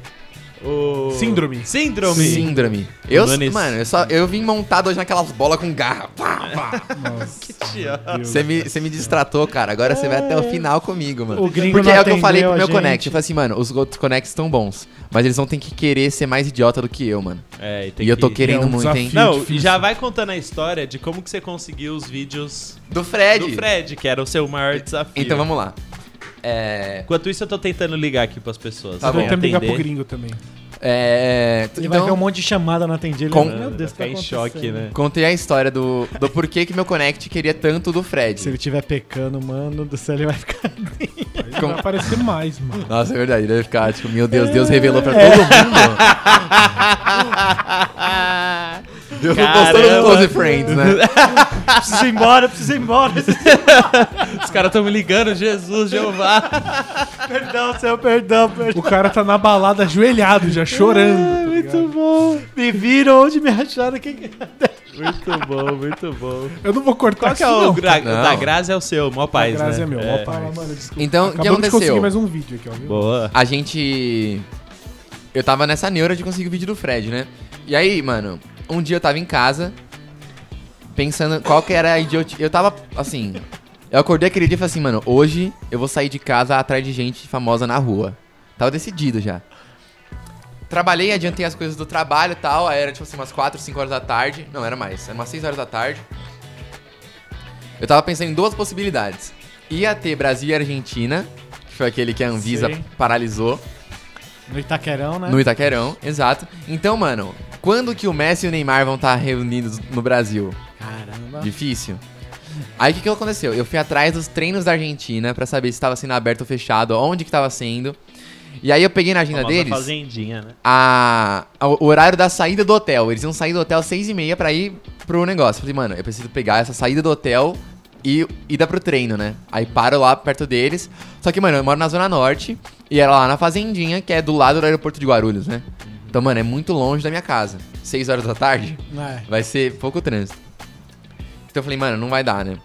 O...
Síndrome.
Síndrome.
Síndrome. Eu,
Nunes.
mano, eu, só, eu vim montado hoje naquelas bolas com garra. Pá, pá.
Nossa,
Tio.
Deus.
Você me, você me distratou, cara. Agora você vai até o final comigo, mano.
É. O gringo
Porque
não
é o que eu
atendeu
falei
a
pro meu
gente.
Connect. Eu falei assim, mano, os outros Connects estão bons. Mas eles vão ter que querer ser mais idiota do que eu, mano.
É, e
e eu tô
que-
querendo
É um
muito, hein?
desafio.
Não,
Difícil.
já vai contando a história de como que você conseguiu os vídeos
Do Fred.
do Fred, que era o seu maior desafio.
Então vamos lá. É.
Enquanto isso, eu tô tentando ligar aqui pras pessoas.
Tá
Tô
bom.
Pra
tentando ligar pro
atender.
gringo também.
É.
Ele vai ver um monte de chamada na atendida. ele
Com-
vai, Meu Deus, tá
Vai ficar em choque,
acontecendo?"
né?
Contei a história do, do porquê que meu Connect queria tanto do
Se
Fred.
ele tiver pecando, mano do céu, ele vai ficar.
Ele Vai aparecer mais, mano.
Nossa, é verdade, ele ia ficar tipo, meu Deus,
É.
Deus revelou pra todo mundo. Deus não postou
Caramba.
no Close Friends, né?
preciso ir embora, preciso ir embora.
Os caras tão me ligando, Jesus, Jeová.
perdão, céu, perdão,
O
perdão.
cara tá na balada ajoelhado, já chorando.
Ah,
tá
Muito bom. Me viram onde me acharam. Quem...
muito bom, muito bom.
Eu não vou
Qual
cortar
que é
isso,
o
não.
gra
Não.
da Grazi é o seu, mó paz,
Grazi
né?
é meu, mó paz.
Fala, mano, desculpa.
Então, o que
Acabamos de conseguir
aconteceu?
mais um vídeo aqui, ó. Viu?
Boa.
A gente. Eu tava nessa neura de conseguir o vídeo do Fred, né? E aí, mano, um dia eu tava em casa, pensando qual que era a idiotice. Eu tava, assim. Eu acordei aquele dia e falei assim, mano, hoje eu vou sair de casa atrás de gente famosa na rua. Tava decidido já. Trabalhei, adiantei as coisas do trabalho e tal. Aí era tipo assim, umas 4, 5 horas da tarde. Não, era mais. Era umas 6 horas da tarde. Eu tava pensando em duas possibilidades. Ia ter Brasil e Argentina, que foi aquele que a Anvisa
Sim.
paralisou
No Itaquerão, né?
no Itaquerão, exato. Então, mano, quando que o Messi e o Neymar vão estar reunidos no Brasil?
Caramba.
Difícil. Aí o que, que aconteceu? Eu fui atrás dos treinos da Argentina pra saber se estava sendo aberto ou fechado, onde que tava sendo. E aí eu peguei na agenda
tá
Famosa
é deles
fazendinha, né?
a, a- o horário da saída do hotel. Eles iam sair do hotel às 6 e meia pra ir pro negócio. Eu Falei, mano, eu preciso pegar essa saída do hotel e ir pro treino, né? Aí paro lá perto deles. Só que, mano, eu moro na Zona Norte e era lá na Fazendinha, que é do lado do aeroporto de Guarulhos, né? Então, mano, é muito longe da minha casa. 6 horas da tarde?
É.
Vai ser pouco trânsito. Então eu falei, mano, não vai dar, né?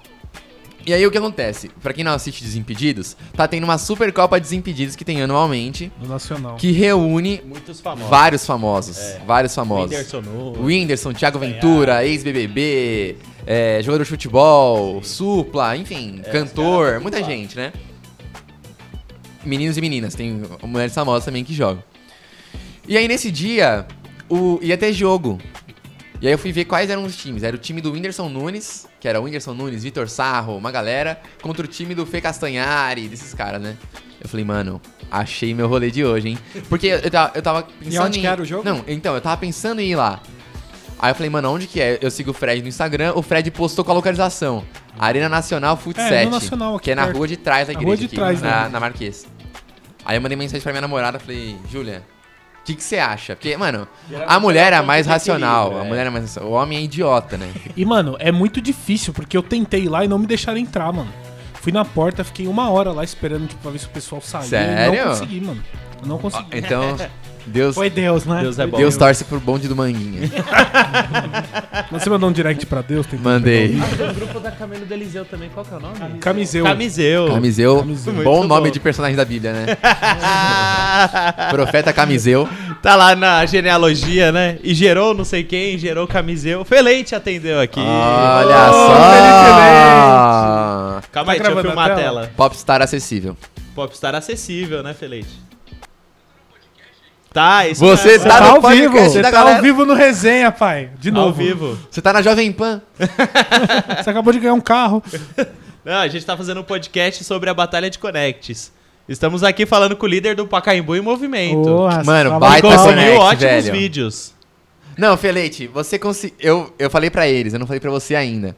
E aí o que acontece? Pra quem não assiste Desimpedidos, tá tendo uma Supercopa Desimpedidos que tem anualmente,
No Nacional.
que reúne
Muitos famosos.
vários famosos. Vários famosos.
Whindersson Nunes.
Whindersson, Thiago Ventura, ex-BBB, é, jogador de futebol, supla, enfim, cantor, muita gente, né? Meninos e meninas, tem mulheres famosas também que jogam. E aí nesse dia, o, ia ter jogo. E aí eu fui ver quais eram os times. Era o time do Whindersson Nunes, que era o Whindersson Nunes, Vitor Sarro, uma galera, contra o time do Fê Castanhari, desses caras, né? Eu falei, mano, achei meu rolê de hoje, hein? Porque eu, eu tava, eu tava pensando
onde
em...
que era o jogo?
Não, então, eu tava pensando em ir lá. Aí eu falei, mano, onde que é? Eu sigo o Fred no Instagram, o Fred postou com a localização. Arena Nacional Fut
É,
7.
no Nacional, aqui
que é na
perto.
rua de trás da
Na
igreja
rua de
aqui,
trás,
na,
né?
na Marquês. Aí eu mandei mensagem pra minha namorada, falei, Júlia, o que que você acha? Porque, mano, a mulher é a mais racional, a mulher é a mais racional. O homem é idiota, né?
E, mano, é muito difícil, porque eu tentei ir lá e não me deixaram entrar, mano. Fui na porta, fiquei uma hora lá esperando, tipo, pra ver se o pessoal saía. E
Sério?
não consegui, mano. Eu não consegui.
Então, Deus,
Foi Deus, né?
Deus é bom.
Deus tá torce pro bonde do Manguinha.
Você mandou um direct pra Deus? Tentando
Mandei.
O grupo da Camilo Deliseu também, qual que é o nome?
um Camiseu.
Camiseu.
Camiseu,
Camiseu.
bom
Muito
nome
bom.
de personagem da Bíblia, né? Profeta Camiseu.
Tá lá na genealogia, né? E gerou não sei quem, gerou Camiseu. Feleite atendeu aqui.
Olha só!
Calma aí, deixa eu
Tá gravando
filmar a
a
tela.
tela?
Popstar acessível.
Popstar acessível, né, Feleite? Tá, isso
Você
tá
tá
Tá
no
ao vivo,
podcast
você
da
tá
galera.
ao vivo no resenha, pai.
De
ao
novo.
vivo.
Você tá na Jovem Pan.
Você acabou de ganhar um carro.
Não, a gente tá fazendo um podcast sobre a Batalha de Connects. Estamos aqui falando com o líder do Pacaembu em movimento.
Nossa,
Mano,
tava-
E
baita
conseguiu
Connect,
ótimos
tá velho.
vídeos.
Não, Feleite, você conseguiu. Eu, eu falei pra eles, eu não falei pra você ainda.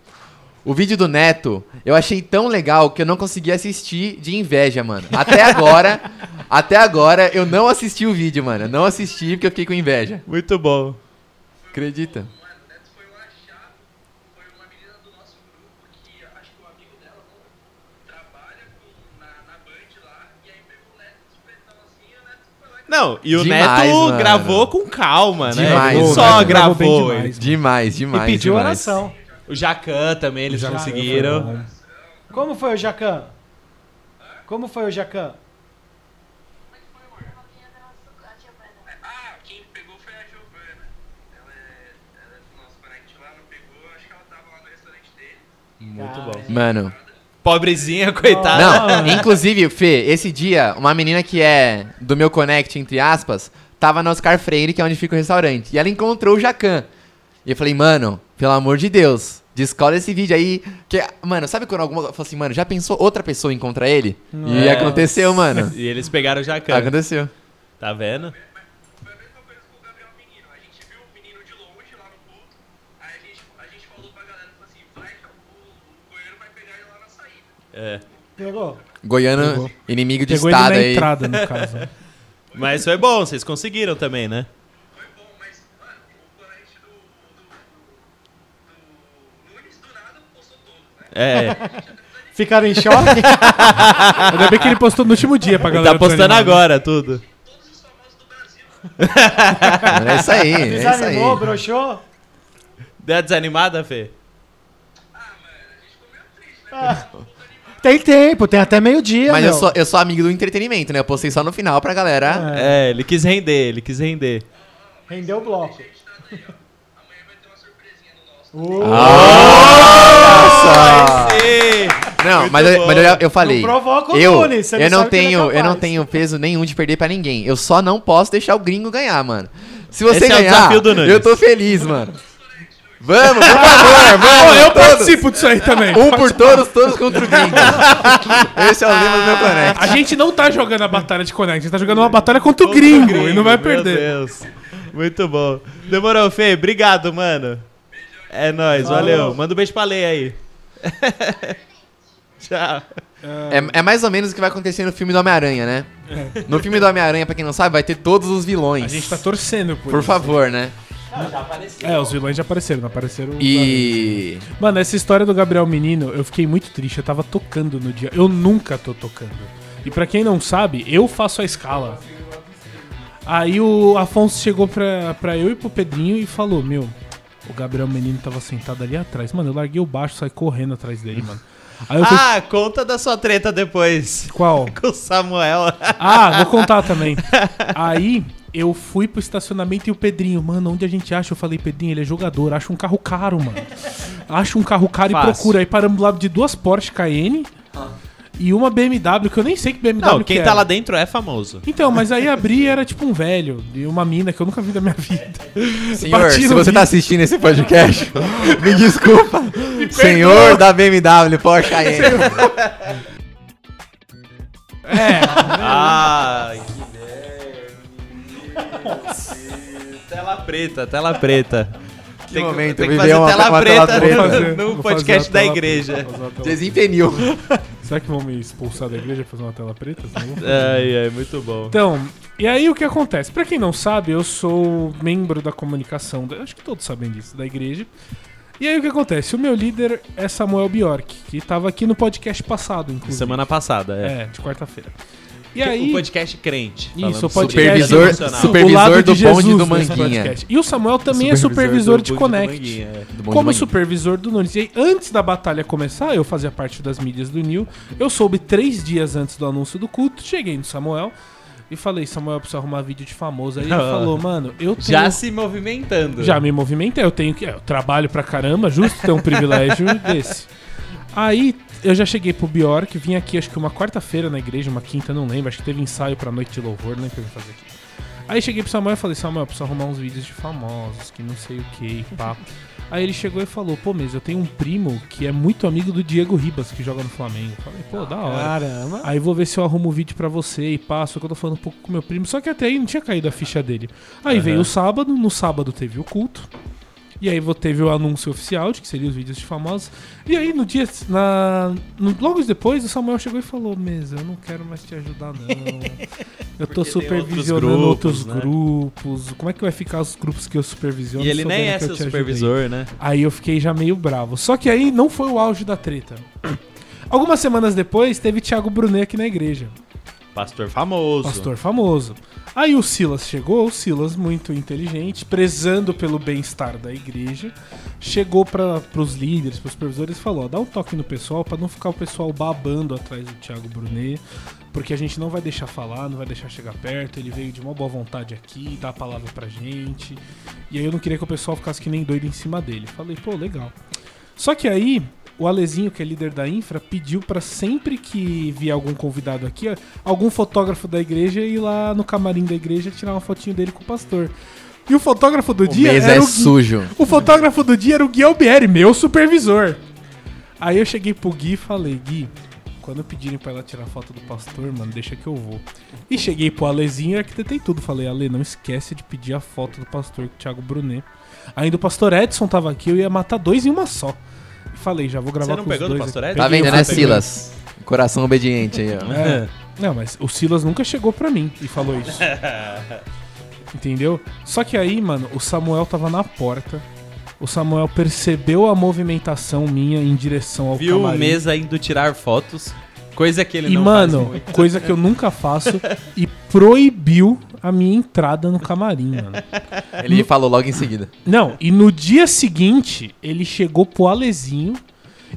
O vídeo do Neto, eu achei tão legal que eu não consegui assistir de inveja, mano. Até agora, até agora eu não assisti o vídeo, mano. Eu não assisti porque eu fiquei com inveja.
Muito bom.
Acredita?
Não, e o
Demais,
Neto
mano.
gravou com calma, né?
Demais,
Ele só
mano. Gravou bem
gravou.
demais.
ele.
Demais,
E
demais.
pediu
demais.
oração.
O Jacan também, eles
Já
conseguiram.
foi bom.
Como foi o Jacan? Como foi o Jacan?
Ah, quem pegou foi a Giovana. Ela é, ela é do nosso parente lá, ela pegou, acho que ela tava lá no restaurante dele.
Muito bom.
Mano.
Pobrezinha, coitada.
Não,
Ah.
inclusive, Fê, esse dia, uma menina que é do meu Connect, entre aspas, tava na Oscar Freire, que é onde fica o restaurante. E ela encontrou o Jacan. E eu falei, mano, pelo amor de Deus, descola esse vídeo aí. Que, mano, sabe quando alguma. Falou assim, mano, já pensou outra pessoa encontra ele? E
É.
aconteceu, mano.
E eles pegaram o Jacan.
Aconteceu.
Tá vendo?
Foi a mesma coisa com o Gabriel Menino. A gente viu o menino de longe lá no pool. Aí a gente, a gente falou pra galera, falou assim, vai, que o, o goiano vai pegar ele lá na saída.
É.
Pegou?
Goiano, inimigo de
Pegou ele
estado
na
aí.
entrada, no caso.
Mas foi bom, vocês conseguiram também, né?
Foi bom, mas, mano, o colete do, do, do Nunes, do nada, postou todos, né?
É.
Ficaram em choque?
Ainda bem que ele postou no último dia pra galera.
tá postando
desanimar, né?
agora tudo.
Todos os famosos do Brasil.
É isso aí, é isso aí.
Desanimou, broxou?
Deu uma desanimada, Fê?
Tem tempo, tem até meio-dia.
Mas
meu.
eu sou, eu sou amigo do entretenimento, né? Eu postei só no final pra galera.
É, ele quis render, ele quis render.
Rendeu o bloco.
Amanhã vai ter uma surpresinha no nosso.
É. Ah.
Nossa!
Sim!
Não,
Muito
mas, eu,
bom.
mas eu, eu falei.
Não provoca o
eu,
Nunes, você não
eu não
sabe o que ele é
tenho, eu não
capaz.
tenho peso nenhum de perder pra ninguém. Eu só não posso deixar o gringo ganhar, mano. Se você
Esse é o
ganhar,
desafio do Nunes.
eu tô feliz, mano. Vamos, por favor, vamos.
Eu
todos.
participo disso aí também.
Um por todos, todos contra o gringo. Esse é o lema do meu Connect.
A gente não tá jogando a batalha de Connect, a gente tá jogando uma batalha contra o gringo, e não vai
Meu
perder.
Deus. Muito bom. Demorou, Fê. Obrigado, mano. É nóis, valeu. Manda um beijo pra Lei aí. Tchau. Ah.
É, é mais ou menos o que vai acontecer no filme do Homem-Aranha, né?
É.
No filme do Homem-Aranha, pra quem não sabe, vai ter todos os
A
vilões.
gente tá torcendo por,
Por
isso.
favor, né?
É, os vilões já apareceram, não apareceram.
E.
Mano, essa história do Gabriel Menino, eu fiquei muito triste. Eu tava tocando no dia. Eu nunca tô tocando. E pra quem não sabe, eu faço a escala. Aí o Afonso chegou pra, pra eu e pro Pedrinho e falou: Meu, o Gabriel Menino tava sentado ali atrás. Mano, eu larguei o baixo e saí correndo atrás dele, mano. Aí eu fui.
Ah, conta da sua treta depois.
Qual?
Com o Samuel.
Ah, vou contar também. Aí eu fui pro estacionamento e o Pedrinho, mano, onde a gente acha? Eu falei, Pedrinho, ele é jogador, acha um carro caro, mano. Acha um carro caro
Fácil.
e procura. Aí paramos do lado de duas Porsche Cayenne e uma BMW, que eu nem sei que BMW
Não,
que
quem
era.
tá lá dentro é famoso.
Então, mas aí abri e era tipo um velho e uma mina que eu nunca vi da minha vida.
Senhor,
Bati
se
no
você tá
vidro.
assistindo esse podcast, me desculpa. Senhor da BMW, Porsche Cayenne.
Ah, que merda. Tela preta, tela preta. Que
momento,
tem que
viveu
fazer
uma-
tela
uma
preta,
tela
Vou
preta.
fazer-
no, no
vou
podcast
fazer a
da
tela
igreja.
preta, vou fazer a tela-
Desempenhou.
Será que vão me expulsar da igreja e fazer uma tela preta? Não vou.
Ai, ai, muito bom.
Então, e aí o que acontece? Pra quem não sabe, eu sou membro da comunicação, da- acho que todos sabem disso, da igreja. E aí o que acontece? O meu líder é Samuel Bjork, que tava aqui no podcast passado, inclusive.
Semana passada, é.
É, de quarta-feira. E aí
O podcast crente.
Isso, o
falando
podcast é
Supervisor,
emocional.
o
supervisor
lado
do
de
bonde
Jesus
do
nesse
Manguinha.
podcast. E o Samuel também é supervisor
do
de
Bonde do
Connect.
Manguinha, é.
Do bonde do
Como
Manguinha.
supervisor do Nunes. E aí, antes da batalha começar, eu fazia parte das mídias do Nil. Eu soube três dias antes do anúncio do culto. Cheguei no Samuel e falei: Samuel, eu preciso arrumar vídeo de famoso. Aí ele falou: Mano, eu tenho.
Já se movimentando.
um Já me movimentei, eu tenho que. é, Eu trabalho pra caramba, justo ter um privilégio desse. Aí eu já cheguei pro Bjork, vim aqui acho que uma quarta-feira na igreja, uma quinta, não lembro, acho que teve ensaio pra noite de louvor, né? Que eu vim fazer aqui. Aí cheguei pro Samuel e falei, Samuel, eu preciso arrumar uns vídeos de famosos, que não sei o que, pá. Aí ele chegou e falou, pô, mas eu tenho um primo que é muito amigo do Diego Ribas, que joga no Flamengo. Eu Falei, pô, da hora.
Caramba.
Aí vou ver se eu arrumo o vídeo pra você e passo, que eu tô falando um pouco com meu primo. Só que até aí não tinha caído a ficha dele. Aí veio o sábado, no sábado teve o culto. E aí vo- teve o anúncio oficial de que seriam os vídeos de famosos. E aí no dia. Na, no- logo depois o Samuel chegou e falou: Mesa, eu não quero mais te ajudar, não. Eu tô
Porque tem outros
supervisionando outros grupos,
grupos, né?
Como é que vai ficar os grupos que eu supervisiono?
E ele
sabendo
nem é
que
seu
eu te ajudei?"
supervisor, né?
Aí eu fiquei já meio bravo. Só que aí não foi o auge da treta. Algumas semanas depois, teve Thiago Brunet aqui na igreja.
Pastor famoso.
Pastor famoso. Aí o Silas chegou, o Silas, muito inteligente, prezando pelo bem-estar da igreja, chegou para os líderes, para os supervisores e falou: ó, dá um toque no pessoal para não ficar o pessoal babando atrás do Thiago Brunet, porque a gente não vai deixar falar, não vai deixar chegar perto. Ele veio de uma boa vontade aqui, dá a palavra pra gente. E aí eu não queria que o pessoal ficasse que nem doido em cima dele. Falei: pô, legal. Só que aí, o Alezinho, que é líder da infra, pediu pra sempre que vier algum convidado aqui, ó, algum fotógrafo da igreja ir lá no camarim da igreja tirar uma fotinho dele com o pastor. E o fotógrafo do
O
dia
Mesa
era
é
o Gui-
sujo.
o fotógrafo do dia era o Gui Albieri, meu supervisor. Aí eu cheguei pro Gui e falei, Gui, quando pedirem pra ela tirar foto do pastor, mano, deixa que eu vou. E cheguei pro Alezinho e arquitetei tudo. Falei, Ale, não esquece de pedir a foto do pastor Thiago Brunet. Ainda o pastor Edson tava aqui, eu ia matar dois em uma só. Falei, já vou gravar
Você não
com os
pegou do
dois
pastor
aqui.
Edson?
Tá
Peguei,
vendo,
eu
né,
peguei.
Silas? Coração obediente aí, ó.
É. Não, mas o Silas nunca chegou pra mim e falou isso. Entendeu? Só que aí, mano, o Samuel tava na porta. O Samuel percebeu a movimentação minha em direção ao
Viu o
camarim.
Mesa indo tirar fotos, coisa que ele
E,
não faz
mano,
muito.
coisa que eu nunca faço, e proibiu a minha entrada no camarim, mano.
Ele falou logo em seguida.
Não, e no dia seguinte, ele chegou pro Alezinho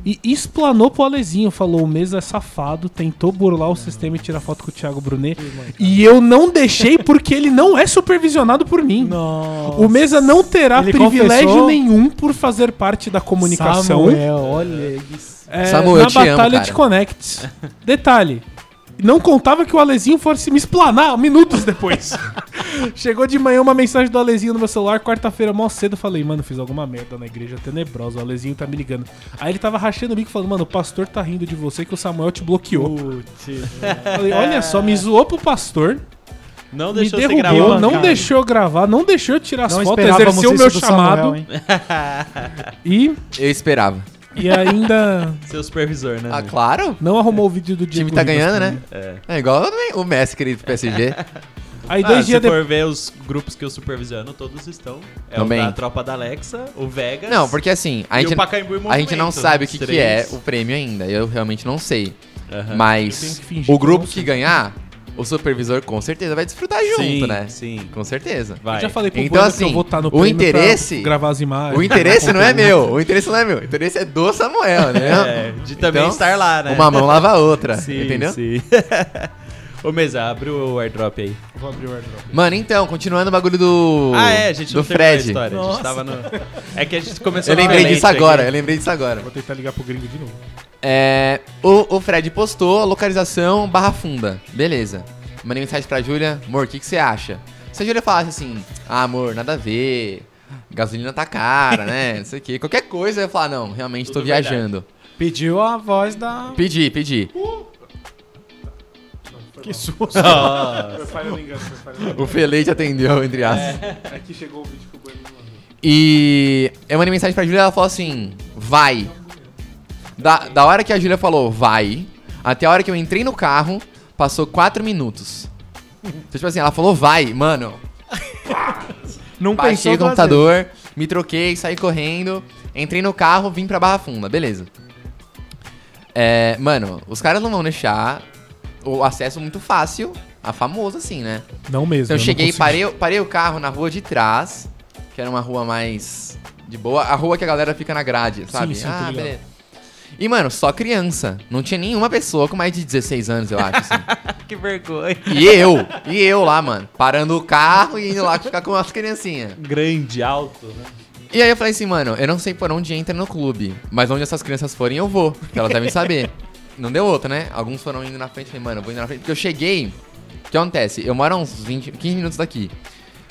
e explanou pro Alezinho. Falou: o Mesa é safado, tentou burlar o sistema e tirar foto com o Thiago Brunet. E eu não deixei porque ele não é supervisionado por mim.
Nossa.
O Mesa não terá
Ele
privilégio
confessou?
nenhum por fazer parte da comunicação
Samuel, olha isso.
é,
Samuel,
na
eu te amo,
Batalha
cara.
de Connects. Detalhe. Não contava que o Alezinho fosse me esplanar minutos depois. Chegou de manhã uma mensagem do Alezinho no meu celular, quarta-feira, mó cedo. eu Falei, mano, fiz alguma merda na igreja tenebrosa. O Alezinho tá me ligando. Aí ele tava rachando o bico falando, mano, o pastor tá rindo de você que o Samuel te bloqueou. Falei, olha só, me zoou pro pastor,
Não
me
deixou você gravar.
derrubou,
mano,
não
cara.
deixou eu gravar, não deixou eu tirar as
Não
fotos,
esperávamos
exerceu o meu
isso do
chamado.
Samuel, hein?
e,
Eu esperava.
e ainda
Seu supervisor,
É.
né?
Ah, claro.
não arrumou o vídeo do
O
dia
time tá
Corridas
ganhando,
pra mim.
né? É igual o Messi, querido, pro PSG.
Aí
Ah,
dois
se
dias depois.
for ver os grupos que eu supervisiono, todos estão. É
Também.
o da Tropa da Alexa, o Vegas.
Não, porque assim, a
E
gente,
o
é
Pacaembu em
a gente não
movimento,
né?
sabe o
os
que, que é
três.
o prêmio ainda. Eu realmente não sei.
Aham.
Eu tenho
Mas
que fingir
o
que
grupo
eu não
que
sei.
ganhar, o supervisor com certeza vai desfrutar junto,
sim,
né?
Sim,
Com certeza.
vai.
Eu já falei pro
Então,
Bueno que eu
assim,
vou estar no
o
prêmio pra
interesse-
gravar as imagens.
O interesse não é
conteúdo.
meu, o interesse não é meu, o interesse é do Samuel, né?
É, de também
Então,
estar lá, né?
Uma mão lava a outra, É, entendeu?
Sim. Ô, Mesa, abre o airdrop aí.
Vou abrir o airdrop.
Mano, então, continuando o bagulho do.
ah, é, a gente
do
não terminou a
Fred.
história. A
Nossa.
gente tava no... É que a gente começou
Eu lembrei
novamente
disso agora, eu
aqui.
lembrei disso agora.
Vou tentar ligar pro gringo de novo.
É, o, o Fred postou a localização barra funda. Beleza. Mandei mensagem pra Júlia, amor, o que, que você acha? Se a Júlia falasse assim, ah, amor, nada a ver, gasolina tá cara, né? Não sei o quê. Qualquer coisa eu ia falar, não, realmente tô
Tudo verdade.
viajando.
Pediu a voz da.
Pedi, pedi.
Que susto.
O Feleite atendeu, entre aspas.
É. Aqui chegou o vídeo que o Bueno me mandou.
E eu mandei mensagem pra Júlia e ela falou assim: vai. Da, da hora que a Júlia falou vai, até a hora que eu entrei no carro, passou 4 minutos. Então, tipo assim, ela falou vai, mano.
Não
Baixei
pensou
o
duas
computador, me troquei, saí correndo, entrei no carro, vim pra Barra Funda, beleza. É, mano, os caras não vão deixar o acesso muito fácil a famoso, assim, né?
Não mesmo.
Então eu
não
cheguei,
consegui.
parei, parei o carro na rua de trás, que era uma rua mais de boa, a rua que a galera fica na grade, sabe?
sim, tô
ah,
ligado.
beleza. E, mano, só criança. Não tinha nenhuma pessoa com mais de 16 anos, eu acho. assim.
Que vergonha.
e eu, e eu lá, mano, parando o carro e indo lá ficar com as criancinhas.
Grande, alto, né?
E aí eu falei assim, mano, eu não sei por onde entra no clube, mas onde essas crianças forem eu vou, porque elas devem saber. Não deu outra, né? Alguns foram indo na frente, falei, mano, eu vou indo na frente. Porque eu cheguei, o que acontece? Eu moro a uns 20, 15 minutos daqui.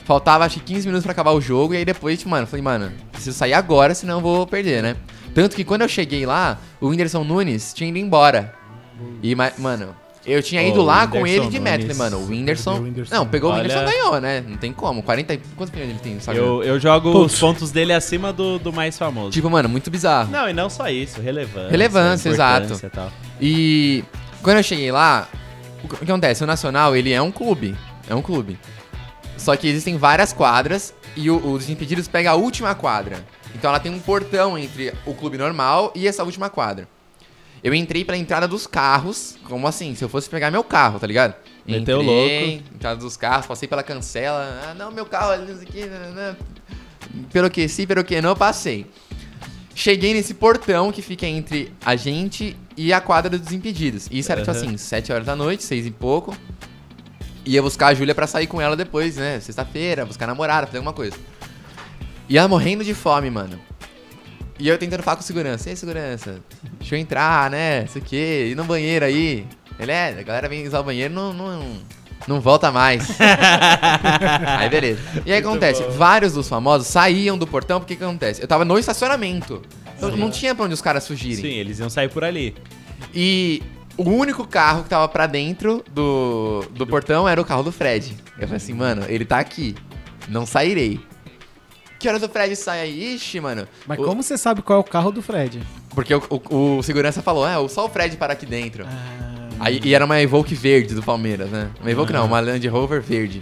Faltava acho que 15 minutos pra acabar o jogo, e aí depois, tipo, mano, eu falei, mano, preciso sair agora, senão eu vou perder, né? Tanto que quando eu cheguei lá, o Whindersson Nunes tinha ido embora. E, ma- mano, Eu tinha
Ó, o
ido lá com
Whindersson
ele de
Nunes.
Metler, mano. O Whindersson...
o Whindersson.
Não, pegou
Olha-
o Whindersson ganhou, né? Não tem como. 40 e... Quantos milhões ele tem? Sabe? né?
Eu, eu jogo
Todos.
os pontos dele acima do, do mais famoso.
Tipo, mano, muito bizarro.
Não, e não só isso, relevância.
Relevância,
importância
exato.
e tal.
E quando eu cheguei lá, o que o que acontece? O Nacional, ele é um clube. É um clube. Só que existem várias quadras e o, os impedidos pega a última quadra. Então ela tem um portão entre o clube normal e essa última quadra. Eu entrei pela entrada dos carros, como assim, se eu fosse pegar meu carro, tá ligado?
Meteu
Entrei, Entrada dos carros, passei pela cancela. Ah, não, meu carro ali, não sei o que. Pelo que sim, pelo que não, passei. Cheguei nesse portão que fica entre a gente e a quadra dos impedidos. E isso era, tipo
Aham.
assim, 7 horas da noite, 6 e pouco. Ia buscar a Júlia pra sair com ela depois, né? Sexta-feira, buscar a namorada, fazer alguma coisa. E ela morrendo de fome, mano. E eu tentando falar com o segurança. Ei, segurança, deixa eu entrar, né? Isso aqui, ir no banheiro aí. Ele é, a galera vem usar o banheiro, não, não, não volta mais. aí beleza. E aí acontece, vários dos famosos saíam do portão, porque o que acontece? Eu tava no estacionamento. Então não tinha pra onde os caras fugirem.
Sim, eles iam sair por ali.
E o único carro que tava pra dentro do, do portão era o carro do Fred. Eu falei assim, mano, ele tá aqui. Não sairei. Que horas o Fred sai aí? Ixi, mano.
Mas
O-
como você sabe qual é o carro do Fred?
Porque o, o- o segurança falou, é, só o Fred para aqui dentro. Aí, e era uma Evoque verde do Palmeiras, né? Uma Evoque não, uma Land Rover verde.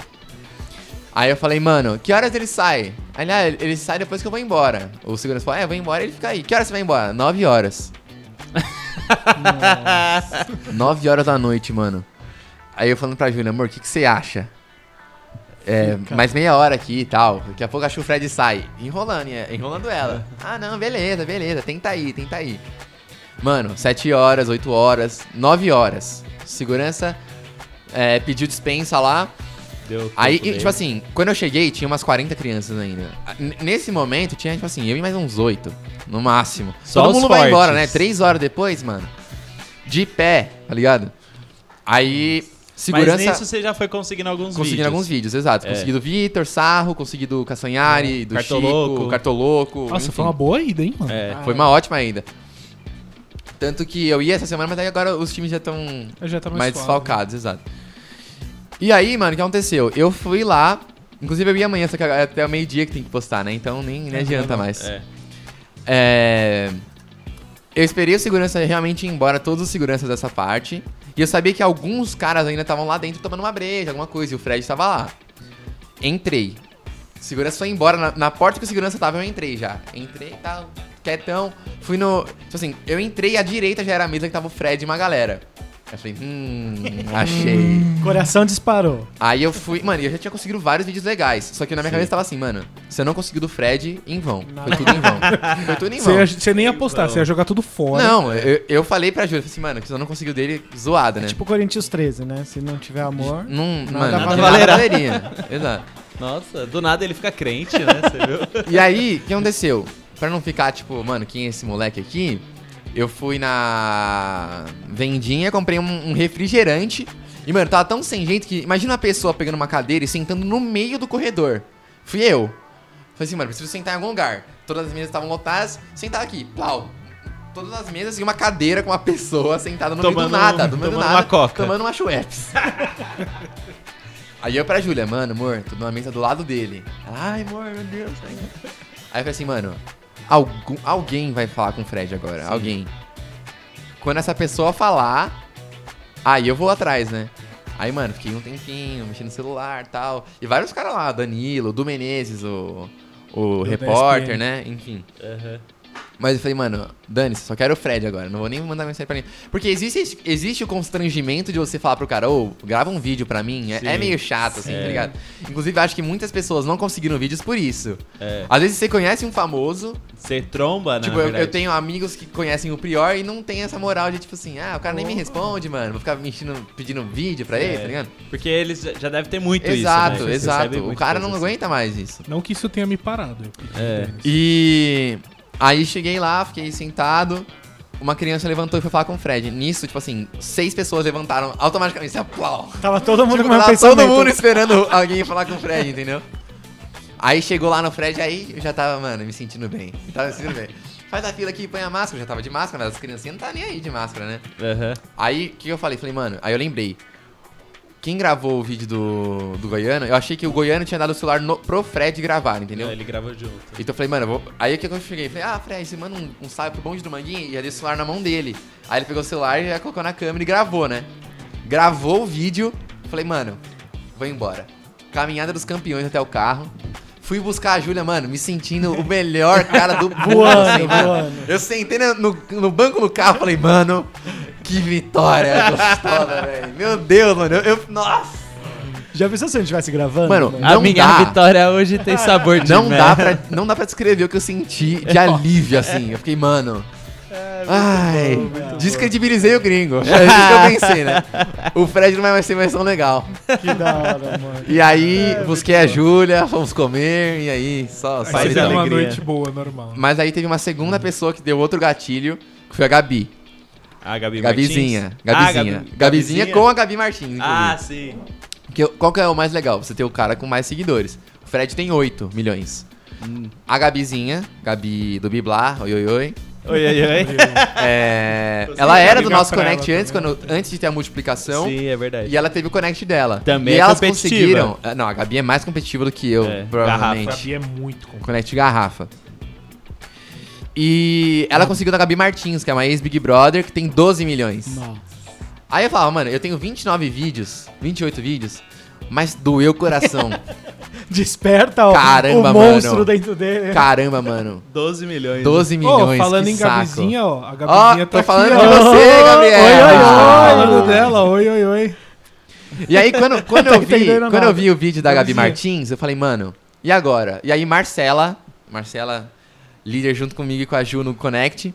Aí eu falei, mano, que horas ele sai? Aí ele, ah, ele ele sai depois que eu vou embora. O segurança falou, é, eu vou embora ele fica aí. Que horas você vai embora? 9 horas. 9 horas da noite, mano. Aí eu falando pra Júlia, amor, o que, que você acha? É, mais meia hora aqui e tal. Daqui a pouco acho que o Fred sai. Enrolando, né? enrolando ela. Ah, não, beleza, beleza. Tenta aí, tenta aí. Mano, 7 horas, 8 horas, 9 horas. Segurança é, pediu dispensa lá.
Deu
Aí,
tempo
e,
dele.
tipo assim, quando eu cheguei, tinha umas 40 crianças ainda. Ah, N- Nesse momento, tinha, tipo assim, eu e mais uns 8, no máximo.
Só
Todo
os
mundo vai
fortes.
embora, né? 3 horas depois, mano. De pé, tá ligado? Aí, segurança.
Mas nisso você já foi conseguindo alguns
Conseguindo
vídeos.
alguns vídeos, exato.
É.
Consegui do Vitor, Sarro, consegui do Castanhari, do
Cartoloco.
Chico, Cartoloco.
É, Nossa,
enfim.
foi uma boa ida, hein, mano?
É.
Foi uma ótima ainda. Tanto que eu ia essa semana, mas aí agora os times já estão
Eu
tá
já tava
mais
né?
desfalcados, exato. E aí, mano, o que aconteceu? Eu fui lá, inclusive eu ia amanhã, só que é até o meio-dia que tem que postar, né? Então nem, nem adianta mais.
É.
É, Eu esperei o segurança realmente ir embora, todos os seguranças dessa parte. E eu sabia que alguns caras ainda estavam lá dentro tomando uma breja, alguma coisa, e o Fred tava lá. Entrei. O segurança foi embora. Na, na porta que o segurança tava, eu entrei já. Entrei e tal, quietão. Fui no. Tipo assim, eu entrei à direita já era a mesa que tava o Fred e uma galera. Eu falei, hum, achei.
Coração disparou.
Aí eu fui. Mano, eu já tinha conseguido vários vídeos legais. Só que na minha cabeça tava assim, mano, você não conseguiu do Fred em vão. Foi tudo em vão. Foi tudo em vão.
Você, ia- você nem ia apostar, você ia jogar tudo fora.
Não, eu, eu falei pra Júlia, falei assim, mano, que se eu não conseguiu dele, zoada, né?
Tipo Corinthians 13, né? Se não tiver amor.
Não,
nada
mano,
valerá.
nada valeria. Exato.
Nossa, do nada ele fica crente, né? Você viu?
E aí, o que aconteceu? Pra não ficar, tipo, mano, quem é esse moleque aqui? Eu fui na vendinha, comprei um, um refrigerante. E, mano, tava tão sem jeito que. Imagina uma pessoa pegando uma cadeira e sentando no meio do corredor. Fui eu. Falei assim, mano, preciso sentar em algum lugar. Todas as mesas estavam lotadas, sentar aqui, plau. Todas as mesas e uma cadeira com uma pessoa sentada no meio
Tomando
do nada,
um-
no meio do
tomando
nada,
uma coca.
tomando uma Schweppes. Aí eu pra Júlia, mano, amor, tô numa mesa do lado dele. Ela, Ai, amor, meu Deus. tá ai, meu Deus." Aí eu falei assim, mano, algum- alguém vai falar com o Fred agora, alguém. Quando essa pessoa falar, aí eu vou atrás, né? Aí, mano, fiquei um tempinho mexendo no celular e tal. E vários caras lá, Danilo, Du Menezes, o, o
da
repórter,
ESPN.
né? Enfim.
Aham.
Mas eu falei, mano, dane-se, só quero o Fred agora, não vou nem mandar mensagem pra ninguém. Porque existe, esse- existe o constrangimento de você falar pro cara, ô, grava um vídeo pra mim, é,
Sim.
é meio chato, assim, tá ligado? Inclusive, eu acho que muitas pessoas não conseguiram vídeos por isso.
É.
Às vezes você conhece um famoso,
Você tromba, né?
tipo,
na
eu, eu
verdade.
tenho amigos que conhecem o Prior e não tem essa moral de, tipo assim, ah, o cara nem me responde, mano, vou ficar me enchendo, pedindo vídeo pra ele,
Oh. É.
tá ligado?
Porque eles já já deve ter muito
exato,
isso. né? Você recebe
exato. O
muita
cara
coisa
não
assim.
aguenta mais isso.
Não que isso tenha me parado. eu pedi
É.
pra eles.
E aí cheguei lá, fiquei sentado. Uma criança levantou e foi falar com o Fred. Nisso, tipo assim, seis pessoas levantaram automaticamente. Assim, plau.
Tava todo mundo com
Tipo,
o meu
tava todo
pensamento.
mundo esperando alguém falar com o Fred, entendeu? Aí chegou lá no Fred, aí eu já tava, mano, me sentindo bem. Tava me sentindo bem. faz a fila aqui, põe a máscara. Eu já tava de máscara, mas as criancinhas não tá nem aí de máscara, né?
Aham.
Aí, o que eu falei? Falei, mano, aí eu lembrei. Quem gravou o vídeo do, do Goiano, eu achei que o Goiano tinha dado o celular no- pro Fred gravar, entendeu?
Não, Ele gravou junto.
Então eu falei, mano, eu vou... aí o que que eu cheguei? Falei, ah, Fred, você manda um, um salve pro bonde do Manguinho e já dei o celular na mão dele. Aí ele pegou o celular e já colocou na câmera e gravou, né? Gravou o vídeo. Falei, mano, vou embora. Caminhada dos campeões até o carro. Fui buscar a Júlia, mano, me sentindo o melhor cara do mundo.
Voando,
assim, mano.
voando.
Eu sentei no, no- no banco do carro falei, mano, que vitória gostosa, velho. Meu Deus, mano. Eu, eu- nossa.
Já pensou se a gente estivesse gravando?
Mano,
velho?
a Não minha dá.
vitória hoje tem sabor
Não dá, pra, não dá pra descrever o que eu senti
É.
de alívio, assim. Eu fiquei, mano. Ai, descredibilizei o gringo. É isso que eu pensei, né? O Fred não vai mais ser mais tão legal.
que da hora, mano.
E
É,
aí, busquei a Júlia, fomos comer, e aí, só
Aí
Faz
Vocês deram
solidão.
uma
é alegria.
noite boa, normal.
Mas aí teve uma segunda pessoa que deu outro gatilho, que foi a Gabi.
A Ah, Gabi
Gabizinha.
Martins? Ah,
Gabizinha.
Gabi-
Gabizinha com a Gabi Martins.
Ah,
inclusive.
sim.
Porque qual que é o mais legal? Você ter o cara com mais seguidores. O Fred tem 8 milhões. A Gabizinha, Gabi do Biblá, oi, oi, oi.
Oi, oi, oi.
É,
Você
ela
vai
era do
ligar
nosso
pra
Connect
ela
antes, quando, antes de ter a multiplicação.
Sim, é verdade.
Então, E ela teve o Connect dela.
Também
e
é
elas
competitiva.
conseguiram. Ah, Não, a Gabi é mais competitiva do que eu,
É,
provavelmente.
A Gabi é muito complicado.
Connect Garrafa. E
Ah.
ela conseguiu da Gabi Martins, que é uma ex-Big Brother, que tem 12 milhões. Aí eu falava, mano, eu tenho 29 vídeos, 28 vídeos, mas doeu o coração.
Desperta ó,
Caramba,
o monstro
mano.
dentro dele.
Caramba, mano.
12 milhões.
12
Ô,
milhões,
falando
que
em
saco.
Gabizinha, ó. A
Ó,
Gabizinha
tô
tá
falando
aqui,
de
ó.
você, Gabriela.
Falando dela, oi, oi, oi.
E aí, quando, quando,
Tá
eu, vi,
entendendo
quando
nada.
eu vi o vídeo da Gabi
Gabizinha.
Martins, eu falei, mano, e agora? E aí, Marcela, Marcela, líder junto comigo e com a Ju no Connect,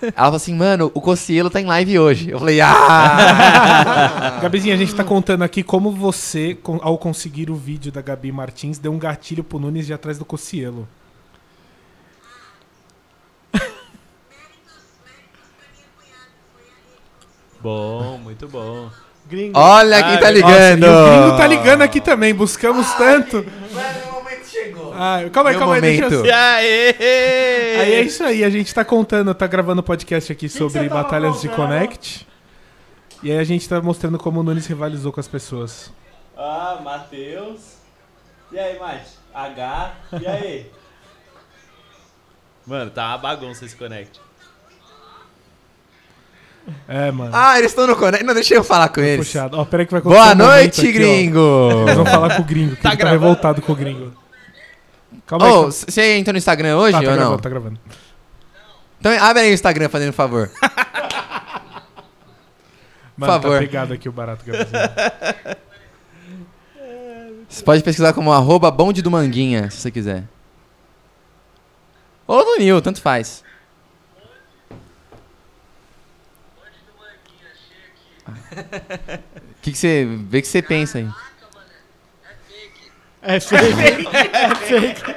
ela falou assim, mano, o Cocielo tá em live hoje. Eu falei, ah!
Gabizinha, a gente tá contando aqui como você, com- ao conseguir o vídeo da Gabi Martins, deu um gatilho pro Nunes de ir atrás do Cocielo.
Bom, muito bom.
Gringo.
Olha quem tá ligando!
Nossa, e o gringo tá ligando aqui também, buscamos tanto. Ai, calma aí,
Meu
calma aí, deixa eu...
momento.
E aê!
Aí é isso aí, a gente tá contando, tá gravando podcast aqui sobre
você tava
batalhas de
contando?
Connect. E aí a gente tá mostrando como o Nunes rivalizou com as pessoas.
Ah, Matheus. E aí, Mate? H. E aí? Mano, tá uma bagunça esse connect.
É, mano.
Ah, eles estão no Connect. Não, deixa eu falar com eles.
Puxado. Ó, peraí que vai acontecer
Boa
um momento
noite,
aqui, ó.
gringo!
Eles vão falar com o gringo,
Tá
que tá, ele tá
gravando?
revoltado com o gringo. Calma aí.
Ô,
calma-
você entrou no Instagram hoje
tá, tá
ou não?
gravando, tá gravando.
Então abre aí o Instagram fazendo favor.
Mano,
favor.
tá pegado aqui o barato, Gabrielzinho.
Você pode pesquisar como arroba bonde do Manguinha, se você quiser. Ou do Nil, tanto faz. O que, que você vê que você pensa aí?
É fake. é fake.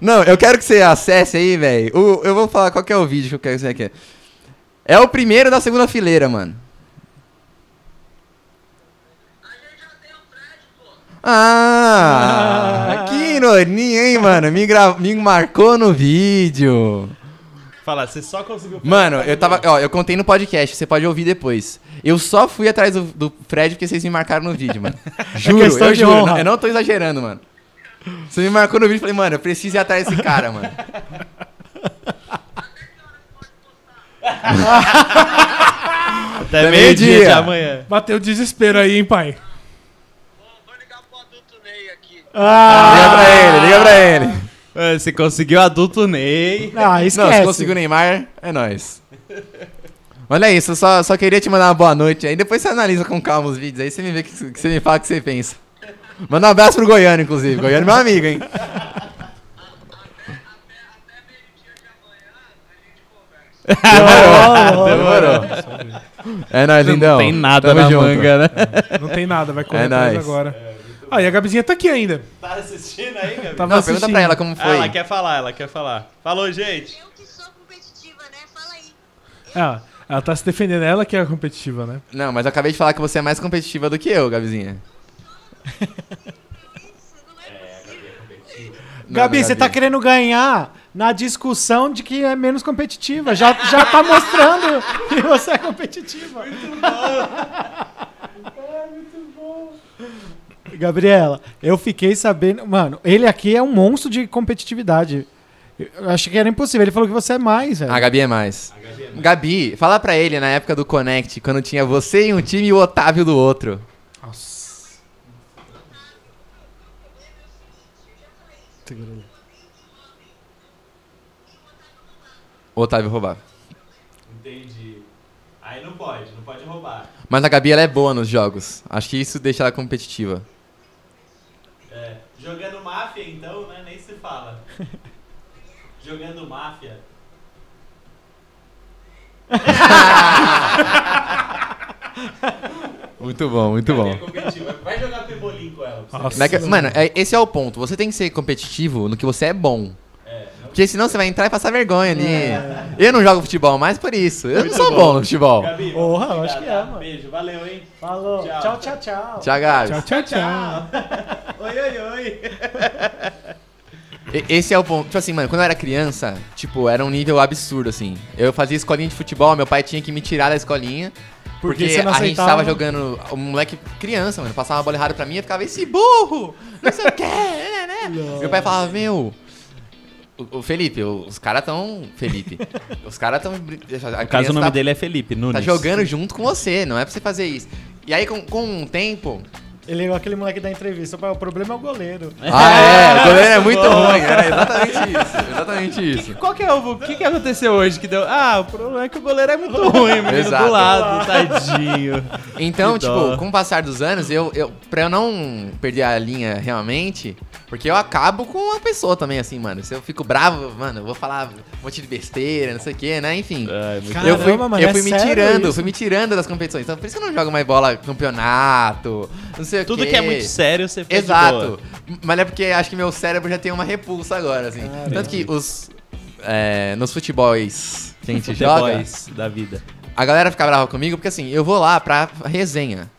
Não, eu quero que você acesse aí, velho. o- Eu vou falar qual que é o vídeo que eu quero que você quer. É o primeiro da segunda fileira, mano. Ah, que ironia, hein, mano? Me, gra... me marcou no vídeo.
Fala, você só conseguiu.
Mano, eu tava. Ó, eu contei no podcast, você pode ouvir depois. Eu só fui atrás do, do Fred porque vocês me marcaram no vídeo, mano. Juro,
É questão
eu
de
juro.
honra.
não- Eu não tô exagerando, mano. Você me marcou no vídeo e falei, mano, eu preciso ir atrás desse cara, mano.
É
Até
meio-dia
meio-dia de
de
amanhã.
Bateu desespero aí, hein, pai?
Vou ligar pro adulto Ney aqui.
Liga pra ele, liga pra ele.
Mano, Ah, você conseguiu adulto Ney.
Ah,
Não,
esquece.
se conseguiu o Neymar, é nóis. Olha isso, eu só, só queria te mandar uma boa noite. Aí depois você analisa com calma os vídeos, aí você me vê que, que você me fala o que você pensa. Manda um abraço pro Goiano, inclusive. Goiano é meu amigo, hein? Demorou. É nóis, lindão.
Tem nada na manga, né?
Não tem nada, vai correr
É
atrás
nóis.
agora. Ah, e a Gabizinha tá aqui ainda.
Tá assistindo aí, Gabi?
Tava
Não, pergunta
assistindo.
pra ela como
Ah, ela
foi.
quer falar, ela quer falar. Falou, gente.
Eu que sou competitiva, né? Fala aí.
Ah, ela tá se defendendo, ela que é a competitiva, né?
Não, mas eu acabei de falar que você é mais competitiva do que eu, Gabizinha.
Isso não é possível.
Não,
Gabi,
não,
tá você tá querendo ganhar na discussão de que é menos competitiva. Já, já tá mostrando que você é competitiva. É, Gabriela, eu fiquei sabendo. Mano, ele aqui é um monstro de competitividade. Eu achei que era impossível. Ele falou que você é mais, velho.
A Gabi é mais. Gabi, fala pra ele na época do Connect, quando tinha você em um time e o Otávio do outro.
Nossa.
O Otávio roubava.
Entendi. Aí não pode, não pode roubar.
Mas a Gabi ela é boa nos jogos. Acho que isso deixa ela competitiva.
É, jogando máfia então, né? Nem se fala. jogando máfia.
Muito bom, muito bom.
competitiva. Vai jogar pebolim com ela.
Nossa.
Como é que- Mano, é- esse é o ponto. Você tem que ser competitivo no que você é bom. Porque senão você vai entrar e passar vergonha ali. Eu não jogo futebol mais por isso. Eu não sou É. bom no futebol.
Gabi, tá?
Porra, eu acho que é, mano.
Beijo, valeu, hein?
Falou.
Tchau.
Tchau, tchau, tchau.
Tchau, Gabi.
Tchau, tchau.
Oi, oi, oi.
E- Esse é o ponto. Tipo assim, mano, quando eu era criança, tipo, era um nível absurdo, assim. Eu fazia escolinha de futebol, meu pai tinha que me tirar da escolinha.
Porque
Porque,
você não
a gente
aceitava?
tava jogando. Um moleque criança, mano, passava a bola errada pra mim e ficava esse burro! Não sei o quê! né, né?" Meu pai falava, meu. O o Felipe, o- os caras tão. Felipe. Os caras tão.
No caso, o nome dele é Felipe Nunes.
Tá jogando junto com você, não é pra você fazer isso. E aí, com, com o tempo.
Ele é aquele moleque da entrevista. O problema é o goleiro.
Ah, é, o goleiro é muito ruim. Era exatamente isso. Exatamente isso.
Qual que é o... O que, que aconteceu hoje que deu... Ah, o problema é que o goleiro é muito ruim, menino
Exato.
do lado, tadinho.
Então,
Que
tipo,
dó.
com o passar dos anos, eu, eu pra eu não perder a linha realmente, porque eu acabo com a pessoa também, assim, mano. Se eu fico bravo, mano, eu vou falar um monte de besteira, não sei o quê, né? Enfim.
Ai, muito
Cara,
eu fui,
Caramba, mano,
eu
é
fui me
sério
tirando,
isso?
fui me tirando das competições. Então, por isso que eu não jogo mais bola campeonato, não sei o quê.
Tudo que é muito sério, você faz de boa.
Exato. Mas é porque acho que meu cérebro já tem uma repulsa agora, assim.
Ah,
Tanto que os. é, nos futebols que a gente
The
joga.
Boys da vida.
A galera fica brava comigo porque assim, eu vou lá pra resenha.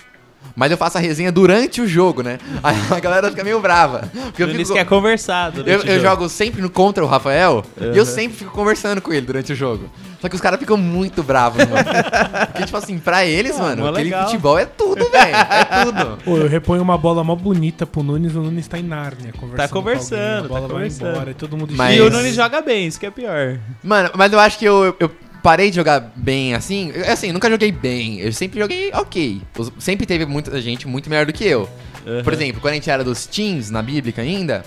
Mas eu faço a resenha durante o jogo, né? Aí a galera fica meio brava. Porque eu,
Nunes
fico,
quer conversar durante
eu,
o
eu
jogo.
jogo sempre no contra o Rafael e eu sempre fico conversando com ele durante o jogo. Só que os caras ficam muito bravos, mano. Porque, tipo assim, pra eles, mano,
Ah, mó
aquele
legal.
futebol é tudo, velho. É tudo.
Pô, eu reponho uma bola mó bonita pro Nunes, o Nunes tá em Nárnia conversando.
Tá
com
conversando,
alguém, a bola
tá
vai
conversando.
embora e todo mundo
Mas-
E o
xinga.
Nunes joga bem, isso que é pior.
Mano, mas eu acho que eu, eu parei de jogar bem assim. Eu, assim, nunca joguei bem. Eu sempre joguei ok. Os- Sempre teve muita gente muito melhor do que eu. Por exemplo, quando a gente era dos teams na bíblica ainda,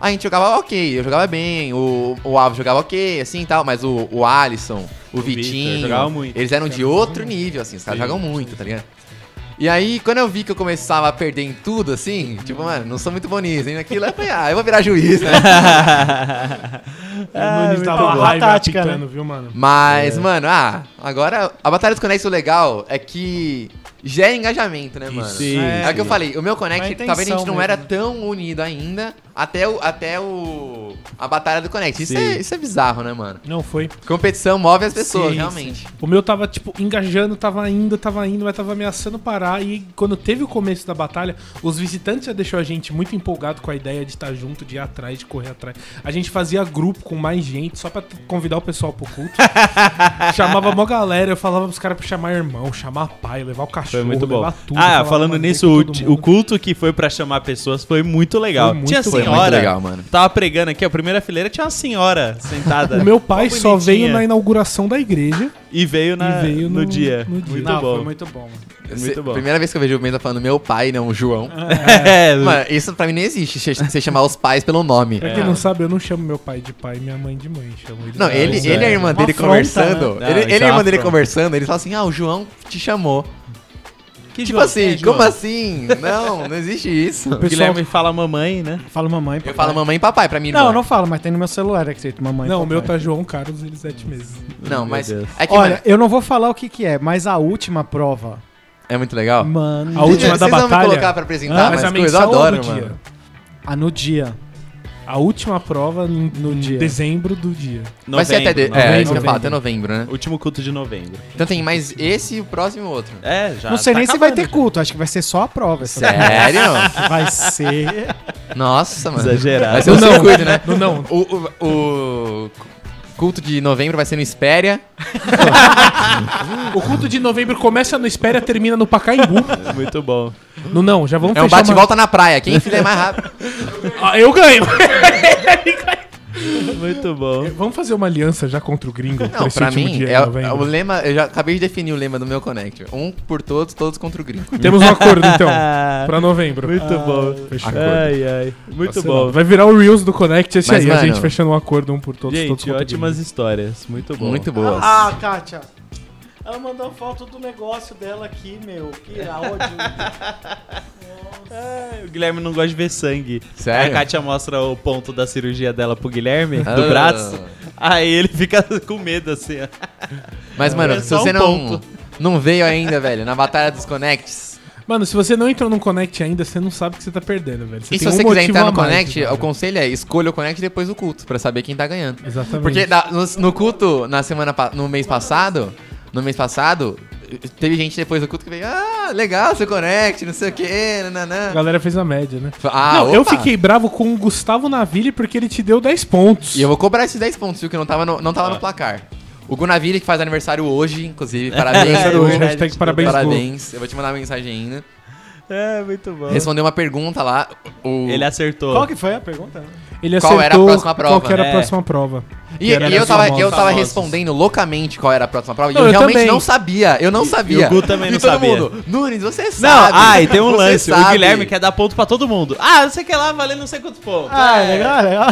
a gente jogava ok, eu jogava bem, o, o Alves jogava ok, assim e tal, mas o, o Alisson, o,
Vitor
Vitinho,
jogava muito.
eles eram de outro nível, assim, os caras jogam muito, tá ligado? E aí, quando eu vi que eu começava a perder em tudo, assim, tipo, mano, não sou muito bom nisso, hein? Aquilo, eu falei, ah, eu vou virar juiz, né?
É,
O
tá
Nunes
muito
tava
bom.
raiva
A tática,
apitando,
né?
viu, mano?
Mas,
É.
mano, ah, agora a Batalha dos Connects, o legal é que gera engajamento, né, mano?
Sim,
É, o que eu
sim.
falei, o meu Connect,
é
Uma
talvez a gente
intenção
não era
mesmo.
tão unido ainda até o. Até o a Batalha do Connect. Isso
Sim.
é, isso é bizarro, né, mano?
Não foi.
Competição move as pessoas,
Sim,
realmente.
O meu tava, tipo, engajando, tava indo, tava indo, mas tava ameaçando parar. E quando teve o começo da batalha, os visitantes já deixou a gente muito empolgado com a ideia de estar junto, de ir atrás, de correr atrás. A gente fazia grupo com mais gente, só pra t- convidar o pessoal pro culto. Chamava mó galera, eu falava pros caras pra chamar irmão, chamar pai, levar o
Foi
cachorro,
muito bom.
levar tudo.
ah,
falava
falando
manter
nisso,
com
o,
todo
ti-
mundo.
o culto que foi pra chamar pessoas foi muito legal.
Foi muito
tinha
bom. Foi
senhora.
É muito legal, mano.
Tava pregando aqui, a primeira fileira tinha uma senhora sentada.
O meu pai
Mó
só
bonitinha.
veio na inauguração da igreja.
E veio, na,
e veio
no,
no-
dia.
no dia.
Muito
não,
bom.
foi muito bom. mano.
É Muito bom.
Primeira vez que eu vejo o Menda falando meu pai, não o João.
É,
Mano, isso pra mim não existe, che- você chamar os pais pelo nome.
Pra quem não sabe, eu não chamo meu pai de pai, minha mãe de mãe. Chamo ele
Não,
de
ele,
pai.
isso
ele e a
é
irmã
uma
dele
afronta,
né?
conversando.
Não,
Ele,
isso
ele e
é
a irmã
uma
dele
afronta.
conversando, eles falam assim: ah, o João te chamou.
que
Tipo
João?
assim,
É, João.
como assim? Não, não existe isso.
O Guilherme fala mamãe, né?
Fala mamãe, papai.
Eu falo mamãe e papai pra mim.
Não, não falo, mas tem no meu celular é escrito mamãe.
Não, o
papai.
meu tá João Carlos, ele sete meses.
Não, mas.
Deus.
É que,
Olha,
mano,
eu não vou falar o que que é, mas a última prova.
é muito legal.
Mano.
A última da
Vocês vão me
batalha. Ah,
colocar pra apresentar,
mas
Ah, mas,
a
coisa, eu
menção
adoro,
do
mano.
dia.
Ah, no dia.
A última prova em- no
dia.
dezembro do dia.
Vai ser até. De... é, isso que eu
novembro.
falo, até novembro, né?
É, Último culto de novembro.
Então tem mais esse e o próximo outro.
É, já.
não sei
tá
nem se vai
acabando
ter culto, acho que vai ser só a prova. essa
Sério?
prova. Vai ser.
Nossa, mano.
Exagerado.
Vai ser um
Não,
circuito, né?
não, não.
O, o- o culto de novembro vai ser no Espéria.
O culto de novembro começa no Espéria, termina no Pacaembu.
Muito bom.
Não, não, já vamos
É um
fechar uma-
bate-volta na praia. Quem fizer mais rápido.
Ah, eu ganho.
Muito bom.
vamos fazer uma aliança já contra o gringo pra
Não,
esse
pra
último
mim,
dia de
é, o-
novembro.
é o lema. Eu já acabei de definir o lema do meu Connect. Um por todos, todos contra o gringo.
Temos um acordo, então, pra novembro.
Ah.
Muito bom.
Ah, Fechou.
Ai, ai. Muito
Sei
bom.
lá, Vai virar o Reels do Connect esse
Mas,
aí, a
mano-
gente fechando um acordo um por todos. todos
Gente,
contra o
ótimas histórias. Muito bom.
Muito boas.
Ah, Kátia. Ela mandou foto do negócio dela aqui, meu. Que áudio.
Ai, o Guilherme não gosta de ver sangue.
Sério?
Aí A Kátia mostra o ponto da cirurgia dela pro Guilherme,
Ah.
do braço. Aí ele fica com medo, assim, ó.
Mas, mano,
É
se
só um
você não,
ponto.
não veio ainda, velho, na Batalha dos Connects.
gringo. Mano, se você não entrou no Connect ainda, você não sabe o que você tá perdendo, velho.
E
tem
se
um
você quiser
motivo
entrar
a
no
mais,
Connect,
cara.
o conselho é escolha o Connect e depois o culto, pra saber quem tá ganhando.
Exatamente.
Porque da- no, no culto, na semana, pa- no mês passado, no mês passado, teve gente depois do culto que veio, ah, legal seu Connect, não sei o quê,
A
nananã.
galera fez a média, né?
Ah,
não, eu
opa.
fiquei bravo com o Gustavo Naville porque ele te deu 10 pontos.
E eu vou cobrar esses 10 pontos, viu, que não tava no, não tava
Ah.
no placar. O Gunaviri, que faz aniversário hoje, inclusive, parabéns.
É,
Quero hoje,
verdade,
hashtag
te
parabéns, Gu.
tá Parabéns. Eu vou te mandar uma mensagem ainda.
É, muito bom.
Respondeu uma pergunta lá. O...
Ele acertou.
Qual que foi a pergunta?
Ele acertou
Qual era a próxima prova?
Qual que era a
É.
próxima prova.
E,
Que era
e eu,
das
tava,
famosas.
eu tava
Famosos.
respondendo loucamente qual era a próxima prova.
Não,
e eu,
eu
realmente
também.
não sabia. Eu não
e
sabia.
o Gu também
E
não
todo
sabia.
mundo, Nunes, você
Não,
sabe.
ah, e tem um
Você
lance. O
sabe."
Guilherme quer dar ponto pra todo mundo. Ah, não sei o que lá, valendo não sei quantos pontos. É,
Ah, legal, legal.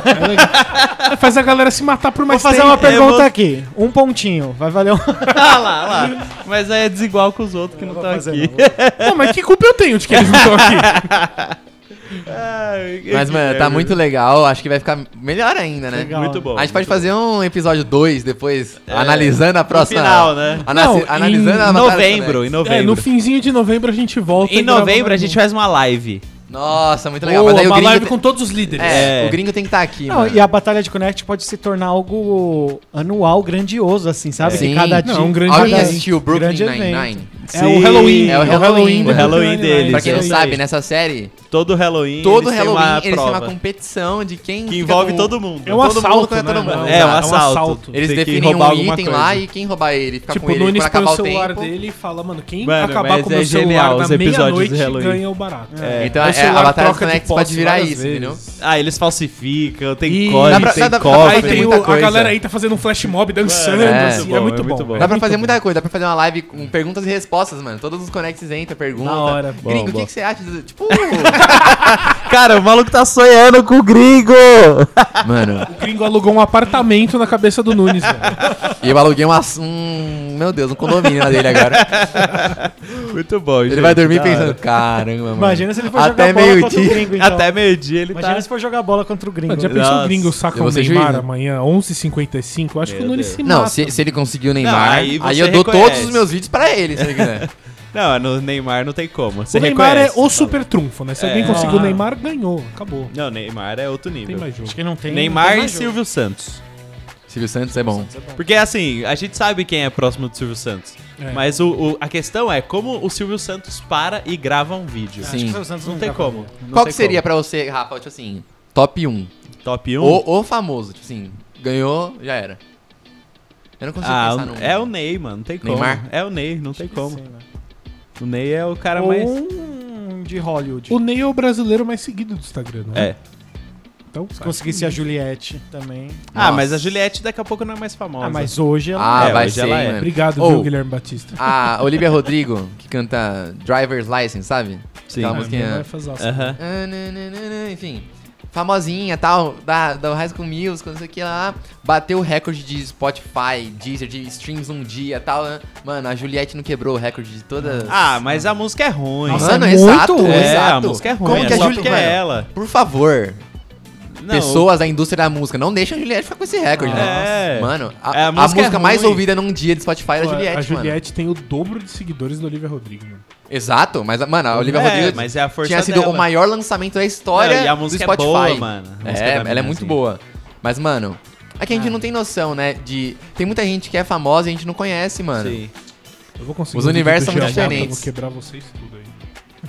É, Faz a galera se matar por
Vou
mais
fazer
tempo.
uma pergunta
eu vou-
aqui. Um pontinho. Vai valer um.
Ah, lá, lá. Mas aí é desigual com os outros que não
Vou
estão
fazer,
aqui.
não, vou-
Pô, mas que culpa eu tenho de que eles não estão aqui?
Ai,
Mas, mano, tá
é Guilherme.
muito legal. Acho que vai ficar melhor ainda, né?
Legal.
Muito bom. É,
A gente pode fazer um episódio 2 depois, analisando a próxima.
final, né?
Ana-
Não,
analisando
em
a
Em
batalha dos
novembro, em
Connects.
É, no
novembro.
finzinho de novembro a gente volta.
Em novembro a gente faz uma live.
Nossa, muito
vai
legal. Mas aí o
um. uma
gringo.
live
te-
com todos os líderes.
É,
É.
o gringo tem que estar aqui.
Não,
mano.
e a Batalha de Connect pode se tornar algo anual, grandioso, assim, sabe?
Sim.
Que cada
Não,
dia-
um grande
cada
Alguém assistiu o Brooklyn
grande evento.
Nine-Nine?
É
Sim.
o Halloween.
É o Halloween,
do
o
Halloween
Brooklyn Nine-Nine.
deles.
Pra quem não
Isso
sabe,
aí.
nessa série,
Todo Halloween. eles
todo
têm
Halloween
uma
eles têm uma
prova.
competição de quem.
Que
fica
envolve
com-
todo mundo.
É um
Todo mundo
assalto,
contra
né?
todo mundo.
É, um
É um assalto.
assalto.
Eles
Tem que
definem um
roubar alguma
item
coisa.
lá e quem roubar ele fica
Tipo,
com
o
ele quando
Nunes põe
acabar
o
o
celular
tempo.
dele e fala, mano, quem
Mano,
acabar
mas
com o
é
meu celular
genial os
na
episódios do
meia-noite
Halloween.
ganha o barato.
É.
Então
Aí
é,
o celular
a Batalha dos
troca de
Connects
posse
pode virar
várias
isso,
vezes.
entendeu?
Ah, eles falsificam, tem
Ih,
dá
código,
pra-
tem
dá pra-
Aí
cofre.
fazer
tem o-
muita
a
coisa.
galera aí tá fazendo um flash mob dançando,
Mano,
é
assim,
muito
é
bom,
muito
é muito
bom.
bom.
velho.
Dá pra fazer muita coisa, dá pra fazer uma live com perguntas e respostas, mano. Todos os Connects entram, pergunta.
Hum. Da hora.
Bom,
Gringo, o
bom.
que, que você acha? do- Tipo,
Cara, o maluco tá sonhando com o gringo.
mano,
O gringo alugou um apartamento na cabeça do Nunes, velho.
e eu aluguei uma, um. Meu Deus, um condomínio lá dele agora.
Muito bom, gente.
Ele vai dormir
da
pensando,
hora.
caramba, mano.
Imagina se ele for
Até
jogar bola contra o
meio-dia.
gringo, então.
Até meio-dia ele
Imagina
tá.
se for jogar bola contra o gringo.
Mano, já pensou
Nossa.
o gringo saca
Eu
o
vou ser
Neymar
juiz, né?
amanhã, 11h55? Eu acho que o
Meu
Nunes
Deus.
se mata.
Não, se, se ele conseguir o Neymar, aí,
aí você
eu dou
reconhece.
todos os meus vídeos pra ele, se ele quiser.
Não, no Neymar não tem como. Você
o Neymar
reconhece,
é o
você
super trunfo, né? Se
É.
alguém conseguir o
Ah.
Neymar, ganhou. Acabou.
fala. Não, Neymar é outro
Não tem
nível.
mais jogo.
Acho que não tem. não
Neymar
tem
e
mais jogo.
Silvio Santos.
Silvio Santos é bom.
Porque assim, a gente sabe quem é próximo do Silvio Santos.
É.
Mas o, o- a questão é como o Silvio Santos para e grava um vídeo.
Acho que
Sim.
o Silvio Santos
Não
não
tem
dá pra
como.
ver.
Não
Qual
tem
que seria
como.
pra você, Rafa, tipo assim, Um? top 1?
Top 1?
Ou, ou famoso, tipo assim, ganhou, já era. Eu não consigo
ah,
pensar num.
é o Ney, mano. Não tem como.
Neymar?
É o Ney, não tem como.
Sim, né?
O Ney é o cara
Ou
mais.
um de Hollywood.
O Ney é o brasileiro mais seguido do Instagram, né?
É.
Então,
Se conseguisse a Juliette também.
Ah,
Nossa.
mas a Juliette daqui a pouco não é mais famosa.
Ah, mas hoje ela.
Ah,
É,
vai
hoje
ser,
ela
hein,
é.
mano.
Obrigado,
Ou-
viu, Guilherme Batista.
A Olivia Rodrigo, que canta Driver's License, sabe?
Sim.
Aquela
Ah,
musiquinha.
Aham.
Ah, nã, nã, nã, nã, Enfim, famosinha tal, da, da High School Music, não sei o que lá. Bateu o recorde de Spotify, Deezer, de streams um dia tal. né? Mano, a Juliette não quebrou o recorde de todas.
Ah, mas a música é ruim.
Nossa,
mano,
é
exato,
muito ruim.
é,
exato.
a música é ruim.
Como que a
só
Juliette.
porque é ela.
Por favor,
Não,
pessoas da indústria da música, não deixa a Juliette ficar com esse recorde, né?
É.
Mano, a,
É, a
a música,
música é
mais
ruim.
ouvida num dia de Spotify era a Juliette,
a
mano.
Juliette tem o dobro de seguidores do Olivia Rodrigo, mano.
Exato, mas, mano, a Olivia
É,
Rodrigo
mas é a força
tinha sido
dela.
o maior lançamento da história
Não, e a
do
música é
Spotify.
boa, mano. A música
É,
da
ela é
mina,
muito
assim.
boa. Mas, mano, é que a gente não tem noção, né? De. Tem muita gente que é famosa e a gente não conhece, mano.
Sim.
Eu vou conseguir.
Os
um
universos
vídeo do
são muito
Geraldo,
diferentes.
Eu vou quebrar vocês tudo aí.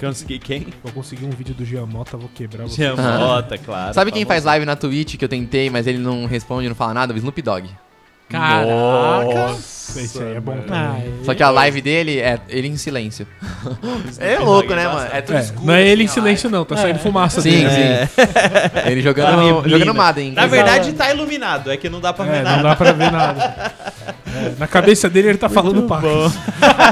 Consegui quem?
Vou conseguir um vídeo do Giamota, vou quebrar você.
Giamota, claro. tá
Sabe quem faz
famoso.
live na Twitch que eu tentei, mas ele não responde, não fala nada? O Snoop Dogg.
Caraca.
Isso aí é bom também.
Ah,
Só que a live dele é ele em silêncio. É
Dogg
louco, né,
é
mano?
bastante.
É tudo
É,
escuro.
não é ele em
assim, ó.
silêncio, não, tá saindo fumaça
Sim,
dele. É,
sim. É. Ele jogando, jogando Madden.
Na verdade, tá iluminado, é que não dá pra ver
É, não
nada.
dá pra ver nada. É, na cabeça dele ele tá falando pacas.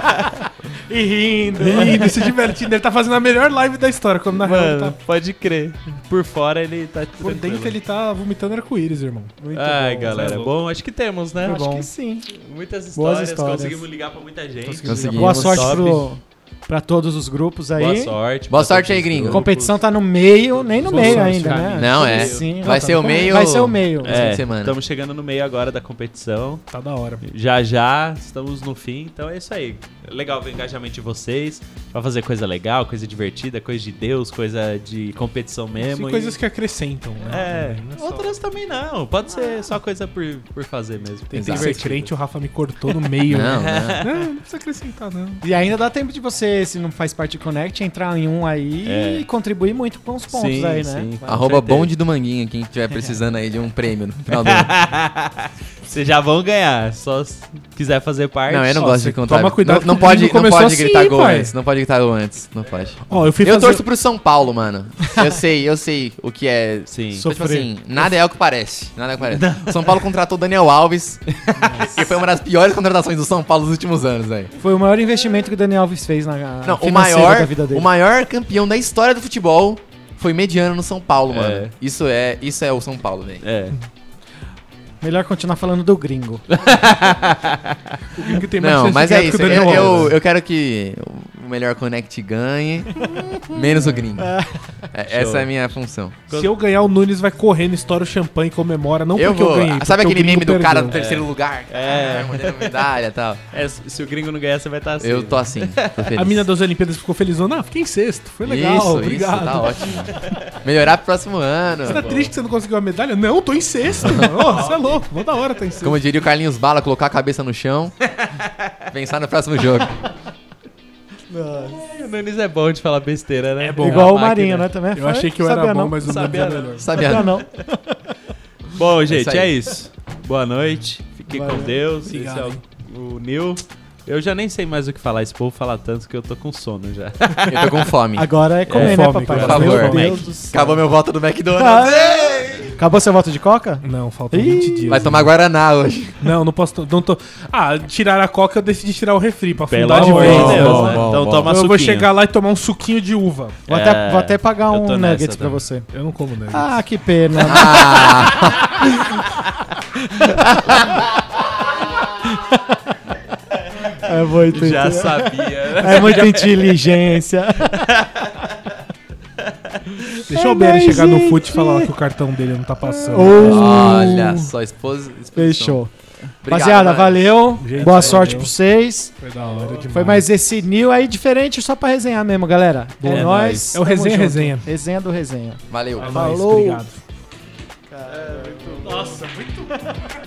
E rindo.
Lindo, e se divertindo. Ele tá fazendo a melhor live da história, quando na real ele tá.
Mano, pode crer. Por fora ele tá
Por dentro ele tá vomitando arco-íris, irmão. Muito
Ai,
bom,
galera,
Zé Lu.
bom, acho que temos, né?
Foi
acho
bom.
que sim. Muitas
Boas
histórias,
histórias.
conseguimos ligar pra muita gente.
Conseguimos.
Boa sorte
Top.
pro, pra todos os grupos aí.
Boa sorte.
Boa
pra
sorte
todos
aí,
os
gringo.
A
grupos.
competição tá no meio, nem no
Boa
meio
sorte,
ainda,
cara.
né?
Não, é.
Sim,
Vai
tá
ser o
bom.
meio-
Vai ser o meio.
É. fim de semana.
Estamos chegando no meio agora da competição.
Tá da hora.
Já já, estamos no fim, então é isso aí. Legal ver o engajamento de vocês. Pra fazer coisa legal, coisa divertida, coisa de Deus, coisa de competição mesmo.
Tem
e-
coisas que acrescentam, né?
É,
também, né?
outras também não. Pode ser só coisa por, por fazer mesmo.
Tem
Tem
que
Exato.
ser crente, o Rafa me cortou no meio.
Não,
né?
não.
Não, não precisa acrescentar, não.
E ainda dá tempo de você, se não faz parte do Connect, entrar em um aí
É.
e contribuir muito com os pontos
Sim,
aí, né?
sim, com
Arroba
certeza.
bonde do manguinho, quem tiver precisando aí de um prêmio no final do ano.
Vocês já vão ganhar, só se quiser fazer parte.
Não, eu não
Ó,
gosto
você
de contar.
toma cuidado
não, não
que o
pode,
gringo
não
começou
pode gritar
assim,
gol
pai.
antes. Não pode gritar gol antes. Não pode.
Ó, eu fui
Eu
fazer...
torço pro São Paulo, mano. Eu sei, eu sei o que é.
Sim.
Tipo
Sofrer.
assim, nada é o que parece. Nada é o que parece. São Paulo contratou Daniel Alves. que foi uma das piores contratações do São Paulo nos últimos anos, velho.
Foi o maior investimento que o Daniel Alves fez na
Ah,
Não, o
financeiro
maior,
da vida dele.
o maior campeão da história do futebol foi mediano no São Paulo, mano. Isso é, isso é o São Paulo, velho.
É.
Melhor continuar falando do gringo.
É,
O gringo tem mais
Não,
chance
mas
de
é
ganhar do
isso.
que o
Eu,
Daniel
eu,
Alves.
eu quero que o melhor Connect ganhe, menos o gringo.
Ah.
É, essa é a minha função.
Se eu ganhar, o Nunes vai correndo, estoura o champanhe, comemora. Não
eu
porque
vou.
eu ganhei.
sabe
porque o
aquele
gringo
meme do cara no
perdeu.
terceiro lugar? É. medalha e tal.
É, Se o gringo não ganhar, você vai estar assim.
Eu tô assim, tô feliz.
A mina das Olimpíadas ficou felizona. Ah, fiquei em sexto. Foi legal,
isso,
obrigado.
isso, tá ótimo. Melhorar pro próximo ano.
Você tá triste que você não conseguiu a medalha? Não, tô em sexto, mano. Ô, Você é louco, mó da hora tá em sexto.
Como diria o Carlinhos Bala, colocar a cabeça no chão, pensar no próximo jogo.
O Nunes é bom de falar besteira, né? É
Igual o Marinho, né? Também
Eu
foi-
achei que eu era
sabia
bom,
não.
mas o Nunes
Sabia
é
não.
melhor.
Sabia?
Sabia não.
Bom, gente,
isso
é
aí.
isso. Boa noite. Fiquem com
Valeu.
Deus.
Obrigado,
Esse é o, o Nil. Eu já nem sei mais o que falar. Esse povo fala tanto que eu tô com sono já.
Eu tô com fome.
Agora é comer, né,
fome,
papai?
cara,
Meu
fome.
Deus do céu.
Acabou meu voto do
Ah, é?
McDonald's.
Acabou seu voto de coca?
Não, faltam
Ih,
20 dias.
Vai tomar Guaraná hoje.
Não, não posso. Não tô... Ah, tiraram a coca, eu decidi tirar o refri pra
Pelo
afundar de
amor de
vez.
Deus, né?
bom, bom,
então
bom.
toma
eu
suquinho.
vou chegar lá e tomar um suquinho de uva.
Vou,
É,
até, vou até pagar
eu tô
um
nessa
nuggets pra
também.
você.
Eu não como, né?
Ah, que pena. é muito
Já
inte-
sabia.
É muita inteligência.
Deixa o
É,
Albert
mas,
chegar no
gente.
fute e falar que o cartão dele não tá passando.
Olha só, esposa.
Fechou.
Obrigado,
Rapaziada,
mano.
valeu.
Gente,
Boa
valeu.
sorte pra vocês.
Foi da hora demais.
Foi mais esse New aí diferente só pra resenhar mesmo, galera.
É
é nóis.
nóis.
É o
Tamo
resenha,
junto.
resenha.
Resenha do resenha.
Valeu.
É nóis,
Falou.
Obrigado.
Nossa, muito